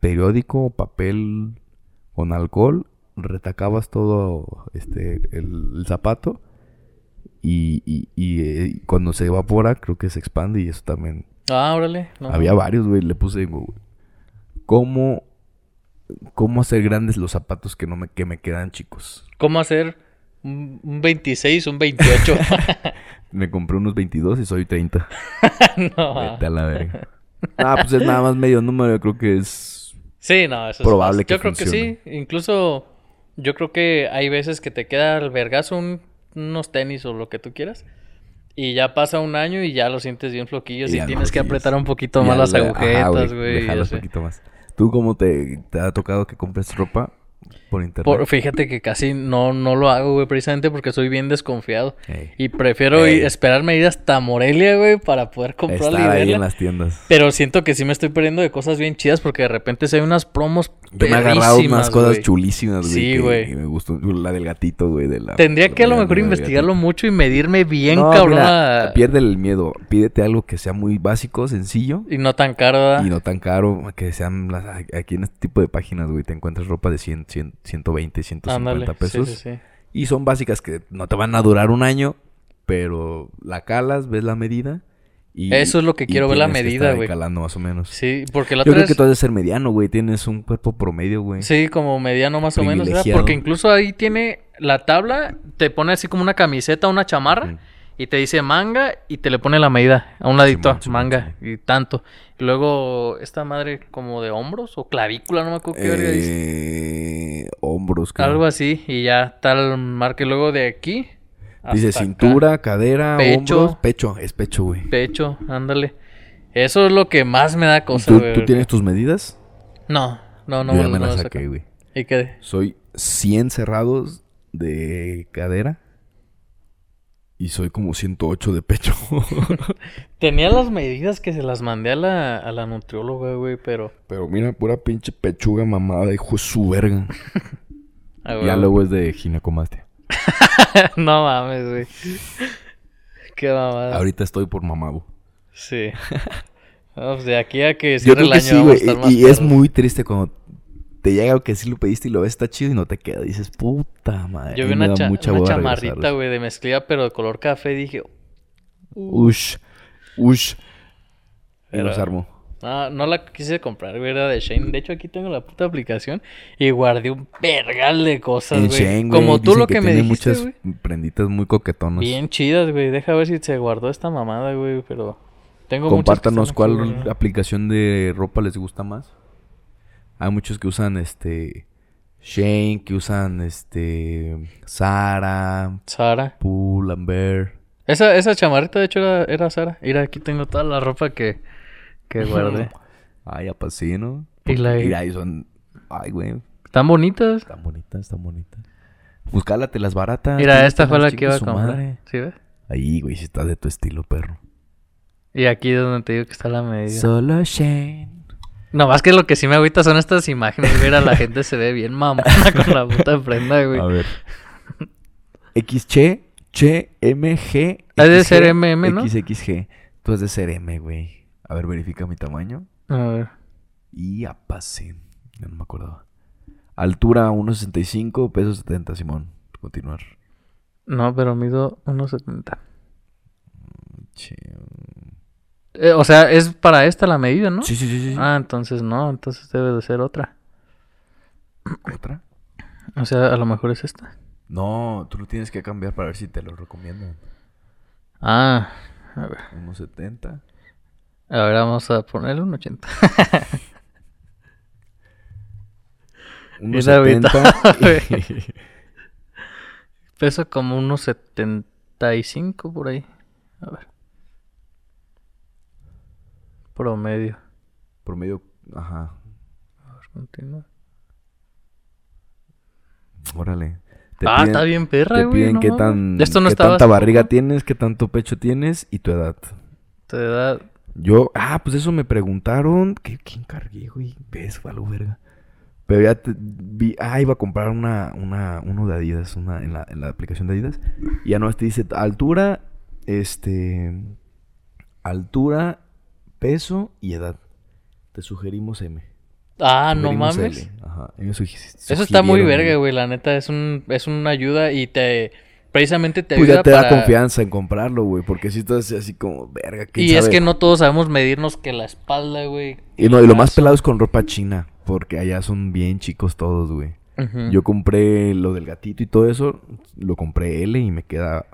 S1: periódico, papel con alcohol, retacabas todo este el, el zapato y, y- y, eh, cuando se evapora creo que se expande y eso también.
S2: Ah, órale. No.
S1: Había varios, güey, le puse en Google. ¿Cómo cómo hacer grandes los zapatos que no me que me quedan chicos?
S2: ¿Cómo hacer un un 26, un 28?
S1: Me compré unos 22 y soy 30.
S2: no.
S1: Vete a la verga. Ah, pues es nada más medio número, yo creo que es.
S2: Sí, no, eso
S1: Probable
S2: es fácil. Yo
S1: que
S2: creo que sí. Incluso yo creo que hay veces que te queda al vergazo un- unos tenis o lo que tú quieras. Y ya pasa un año y ya lo sientes bien floquillos
S1: Y
S2: y,
S1: ya no
S2: tienes que
S1: sigues.
S2: apretar un poquito más las
S1: Ya le- ah, ajá,
S2: agujetas,
S1: le
S2: güey. ya
S1: jalas
S2: sé.
S1: poquito más. ¿Tú cómo te, te ha tocado que compres ropa por internet?
S2: Por- fíjate que casi no, no lo hago, güey, precisamente porque soy bien desconfiado.
S1: Ey,
S2: Y prefiero
S1: Ey.
S2: ir- esperarme a ir hasta Morelia, güey, para poder comprarla y
S1: estar ahí
S2: verla.
S1: en las tiendas.
S2: Pero siento que sí me estoy perdiendo de cosas bien chidas porque de repente se hay unas promos
S1: Yo me he agarrado unas
S2: perrísimas,
S1: cosas
S2: güey.
S1: chulísimas, güey.
S2: Sí,
S1: que-
S2: güey.
S1: que me gustó. La del gatito, güey. de la-
S2: Tendría
S1: la
S2: que a lo
S1: medalla
S2: mejor
S1: del
S2: investigarlo
S1: gatito.
S2: mucho y medirme bien,
S1: No,
S2: cabrón.
S1: mira,
S2: a-
S1: pierde el miedo. Pídete algo que sea muy básico, sencillo.
S2: Y no tan caro, ¿verdad?
S1: Y no tan caro, que sean las, aquí en este tipo de páginas, güey, te encuentras ropa de 100, 100, 120, 150
S2: Ándale, sí,
S1: pesos.
S2: sí, sí.
S1: Y son básicas que no te van a durar un año, pero la calas, ves la medida. Y,
S2: Eso es lo que
S1: y
S2: quiero, ver la
S1: tienes que
S2: medida,
S1: estar ahí
S2: güey.
S1: calando más o menos.
S2: Sí, porque la
S1: Yo
S2: otra
S1: creo que
S2: vez-
S1: tú has de ser mediano, güey. Tienes un cuerpo promedio, güey.
S2: Sí, como mediano más o menos, ¿verdad?
S1: Privilegiado.
S2: Porque incluso ahí tiene la tabla, te pone así como una camiseta, una chamarra,
S1: Ujú.
S2: y te dice manga, y te le pone la medida, a un ladito,
S1: Simón, Simón,
S2: manga,
S1: Simón.
S2: y tanto. Y luego, esta madre como de hombros o clavícula, no me acuerdo qué verga dice.
S1: Eh, hombros, creo.
S2: Algo así, y ya tal marca. Y luego de aquí.
S1: Dice
S2: hasta acá.
S1: cintura, cadera,
S2: Pecho.
S1: hombros, pecho. Es pecho, güey.
S2: Pecho, ándale. Eso es lo que más me da cosa,
S1: ¿Tú,
S2: güey,
S1: tú
S2: porque-
S1: tienes tus medidas?
S2: No, no, no.
S1: Yo ya
S2: no,
S1: me
S2: no
S1: las
S2: lo
S1: saqué, güey.
S2: ¿Y qué?
S1: Soy 100 cerrados de cadera. Y soy como 108 de pecho.
S2: Tenía las medidas que se las mandé a la, a la nutrióloga, güey, pero...
S1: Pero mira, pura pinche pechuga mamada, hijo de su verga.
S2: Ah,
S1: Ya
S2: güey.
S1: luego es de ginecomastia.
S2: no mames, güey. Qué mamada.
S1: Ahorita estoy por mamado.
S2: Sí. No, pues de aquí a que
S1: Yo
S2: cierre
S1: creo
S2: el
S1: que
S2: año
S1: sí,
S2: vamos a
S1: güey.
S2: estar más
S1: Y, y es
S2: perros.
S1: muy triste cuando te llega algo que sí lo pediste y lo ves está chido y no te queda. Dices, puta madre.
S2: Yo
S1: ahí
S2: vi
S1: me
S2: una,
S1: da
S2: cha-
S1: mucha
S2: una
S1: hueva
S2: chamarrita,
S1: regresarlos.
S2: güey, de mezclilla, pero de color café. Dije,
S1: Ush. Ush. Y
S2: Era-
S1: los armó.
S2: Ah, no la quise comprar, güey, era de Shane. De hecho, aquí tengo la puta aplicación y guardé un vergal de cosas,
S1: En
S2: güey.
S1: Shein, güey,
S2: Como tú
S1: dicen
S2: lo que, me
S1: tiene
S2: dijiste,
S1: muchas
S2: güey.
S1: prenditas muy coquetonas.
S2: Bien chidas, güey. Deja ver si se guardó esta mamada, güey, pero tengo muchas que están
S1: Compártanos
S2: aquí,
S1: cuál
S2: güey, ¿no?
S1: aplicación de ropa les gusta más. Hay muchos que usan este Shane, que usan este Sara,
S2: Sara.
S1: Pull and Bear.
S2: Esa, esa chamarrita, de hecho, era, era Sara. Mira, aquí tengo toda la ropa que, que guardé.
S1: Ay, apacino.
S2: Y la-
S1: Y ahí son Ay, güey,
S2: Están bonitas.
S1: están bonitas, están bonitas. Pues cálate las baratas.
S2: Mira,
S1: pídete
S2: esta fue
S1: las
S2: la que
S1: chingue
S2: iba a
S1: su
S2: comprar.
S1: madre.
S2: ¿Sí ves?
S1: Ahí, güey, si estás de tu estilo, perro.
S2: Y aquí es donde te digo que está la medida.
S1: Solo Shane.
S2: No, más que lo que sí me agüita son estas imágenes. Mira, la gente se ve bien mamona con la puta prenda, güey.
S1: A ver. XC, Che, M, G.
S2: Ha de
S1: XG,
S2: ser MM, ¿no?
S1: XXG. Tú has de ser M, güey. A ver, verifica mi tamaño.
S2: A ver.
S1: Y apasen. Ya no me acordaba. Altura 1.65, peso 70, Simón. Continuar.
S2: No, pero mido 1.70.
S1: Che,
S2: Eh, o sea, es para esta la medida, ¿no?
S1: Sí, sí, sí, sí.
S2: Ah, entonces no, entonces debe de ser otra.
S1: ¿Otra?
S2: O sea, a lo mejor es esta.
S1: No, tú lo tienes que cambiar para ver si te lo recomiendan.
S2: Ah, a ver.
S1: 1.70.
S2: A ver, vamos a ponerle un 80. Mira, ahorita,
S1: 1.70.
S2: Pesa como unos 75 por ahí. A ver. Promedio.
S1: Promedio. Ajá.
S2: A ver, continúa.
S1: Órale. Te
S2: Ah,
S1: piden-
S2: está bien perra,
S1: Te
S2: güey.
S1: piden
S2: no
S1: qué,
S2: mames.
S1: tan,
S2: Esto no
S1: qué
S2: estaba
S1: tanta
S2: hace
S1: barriga
S2: poco.
S1: tienes, qué tanto pecho tienes y tu edad.
S2: Te da...
S1: Yo, ah, pues eso me preguntaron. ¿Qué, qué encargué, güey? Ves, valo, verga. Pero ya te- vi, ah, iba a comprar una, una, uno de Adidas, una, en la, en la aplicación de Adidas. Y ya no te dice altura, este, altura, peso y edad. Te sugerimos M.
S2: Ah, no
S1: Sugerimos
S2: mames.
S1: L. Ajá. ellos sugi-
S2: Eso está muy
S1: sugirieron,
S2: verga, güey. La neta es un es una ayuda y te precisamente te
S1: Pues
S2: ayuda
S1: ya te da
S2: para-
S1: confianza en comprarlo, güey. Porque si estás así como, verga, ¿quién
S2: Y es
S1: sabe?
S2: que no todos sabemos medirnos que la espalda, güey.
S1: Y, no, y lo más
S2: pelado.
S1: pelado es con ropa china. Porque allá son bien chicos todos, güey.
S2: Mm.
S1: Yo compré lo del gatito y todo eso. Lo compré L y me queda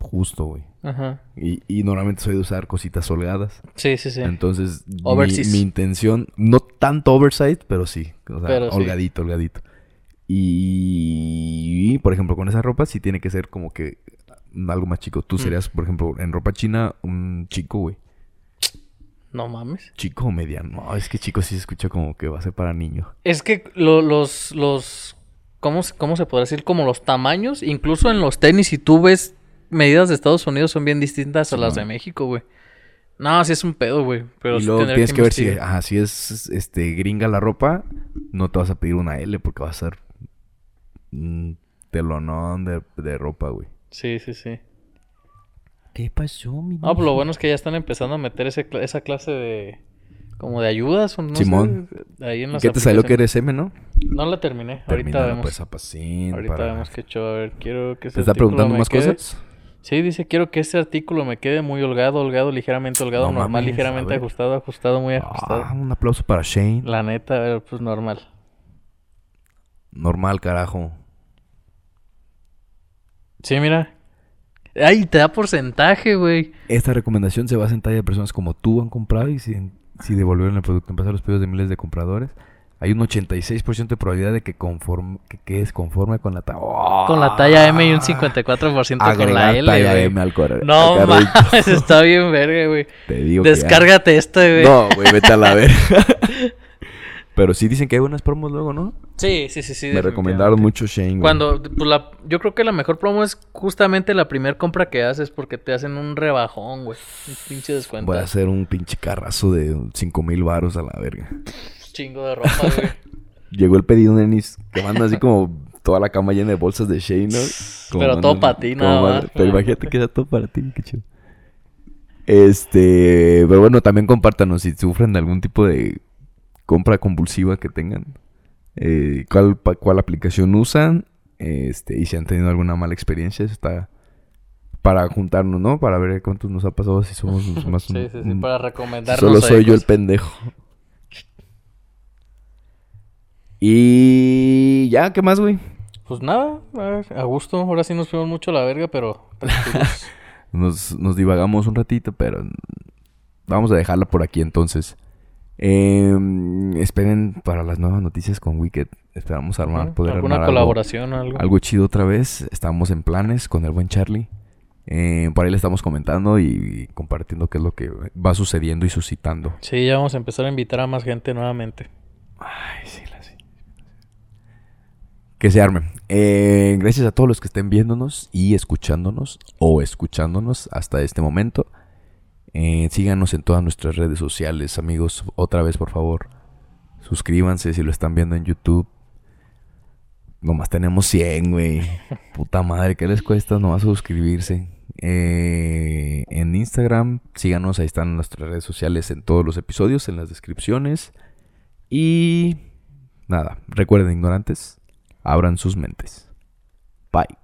S1: justo, güey.
S2: Ajá.
S1: Y, y normalmente soy de usar cositas holgadas.
S2: Sí, sí, sí.
S1: Entonces, mi-
S2: Oversize.
S1: mi, intención, no tanto oversight, pero sí. O sea,
S2: Pero sí.
S1: holgadito, holgadito. Y, por ejemplo, con esa ropa sí tiene que ser como que algo más chico. Tú
S2: Mm.
S1: serías, por ejemplo, en ropa china, un chico, güey.
S2: No mames.
S1: Chico o mediano. No, es que chico sí se escucha como que va a ser para niño.
S2: Es que lo- los los ¿cómo, se- cómo se podrá decir como los tamaños, incluso en los tenis si tú ves medidas de Estados Unidos son bien distintas a las de
S1: Simón.
S2: México, güey. No, sí es un pedo, güey, pero
S1: y
S2: sí
S1: luego
S2: tendría
S1: tienes que, ver si,
S2: investigar.
S1: ajá, si es este, gringa la ropa, no te vas a pedir una L porque va a ser un telonón de, de ropa, güey.
S2: Sí, sí, sí.
S1: ¿Qué pasó, mi
S2: No, pues lo bueno es que ya están empezando a meter ese cla- esa clase de... Como de ayudas o no sé,
S1: Simón.
S2: ahí en las
S1: ¿Qué te salió que eres
S2: aplicaciones.
S1: M, no?
S2: No la terminé.
S1: Termínala,
S2: Ahorita vemos.
S1: pues, apacín,
S2: Ahorita
S1: para-
S2: vemos qué show. A ver, quiero que ese
S1: ¿Te está
S2: artículo
S1: preguntando
S2: me
S1: más
S2: quede-
S1: cosas?
S2: Sí, dice, quiero que este artículo me quede muy holgado, holgado, ligeramente holgado,
S1: No
S2: normal,
S1: mames,
S2: ligeramente
S1: a ver.
S2: ajustado, ajustado, muy ajustado.
S1: Ah, un aplauso para Shane.
S2: La neta, a ver, pues normal.
S1: Normal, carajo.
S2: Sí, mira. Ay, te da porcentaje, güey.
S1: Esta recomendación se basa en talla de personas como tú han comprado y si, si devolvieron el producto en base a los pedidos de miles de compradores. Hay un 86% de probabilidad de que, conforme, que quedes conforme con la talla.
S2: Con la talla M y un 54% con la L,
S1: Ah. talla
S2: güey.
S1: M al correo.
S2: No mames, está bien verga, güey.
S1: Te digo que ya-
S2: Descárgate esta, güey.
S1: No, güey, vete a la ver. Pero sí dicen que hay buenas promos luego, ¿no?
S2: Sí, sí, sí, sí.
S1: Me recomendaron
S2: definitivamente.
S1: mucho Shane, güey.
S2: Cuando, pues la, yo creo que la mejor promo es justamente la primera compra que haces porque te hacen un rebajón, güey. Un pinche descuento.
S1: Voy a hacer un pinche carrazo de 5 mil varos a la verga.
S2: Chingo de ropa, güey.
S1: Llegó el pedido de Nenis, que manda así como toda la cama llena de bolsas de Shane, ¿no? Como
S2: Pero
S1: mandan-
S2: todo pa' ti,
S1: como
S2: nada
S1: mandan-
S2: más. eh.
S1: Pero imagínate que era todo para ti, qué chido. Este, pero bueno, también compártanos si sufren de algún tipo de compra compulsiva que tengan. eh, cuál, pa- cuál aplicación usan. Este, y si han tenido alguna mala experiencia, eso está para juntarnos, ¿no? Para ver cuántos nos ha pasado, si somos los más...
S2: Sí, sí, sí,
S1: un-
S2: para
S1: si
S2: recomendarnos.
S1: Mm. Solo
S2: ahí pues,
S1: soy yo el
S2: cosas.
S1: pendejo. Y ya, ¿qué más, güey?
S2: Pues nada, a, ver, a gusto. Ahora sí nos fuimos mucho a la verga, pero. tranquilos.
S1: Nos, nos divagamos un ratito, pero vamos a dejarla por aquí entonces. Em, esperen para las nuevas noticias con Wicked. Esperamos armar, poder
S2: ¿Alguna
S1: armar algo-
S2: colaboración o algo?
S1: algo chido otra vez. Estamos en planes con el buen Charlie. Eh, por ahí le estamos comentando y, compartiendo qué es lo que va sucediendo y suscitando.
S2: Sí, ya vamos a empezar a invitar a más gente nuevamente.
S1: Ay, sí, la sí. Que se arme. Eh, gracias a todos los que estén viéndonos y escuchándonos o escuchándonos hasta este momento. Eh, síganos en todas nuestras redes sociales, amigos. Otra vez, por favor. Suscríbanse si lo están viendo en YouTube. Nomás tenemos 100, güey. Puta madre, ¿qué les cuesta nomás suscribirse? Eh, en Instagram, síganos, ahí están nuestras redes sociales en todos los episodios, en las descripciones. Y Nada, recuerden ignorantes, abran sus mentes. Bye.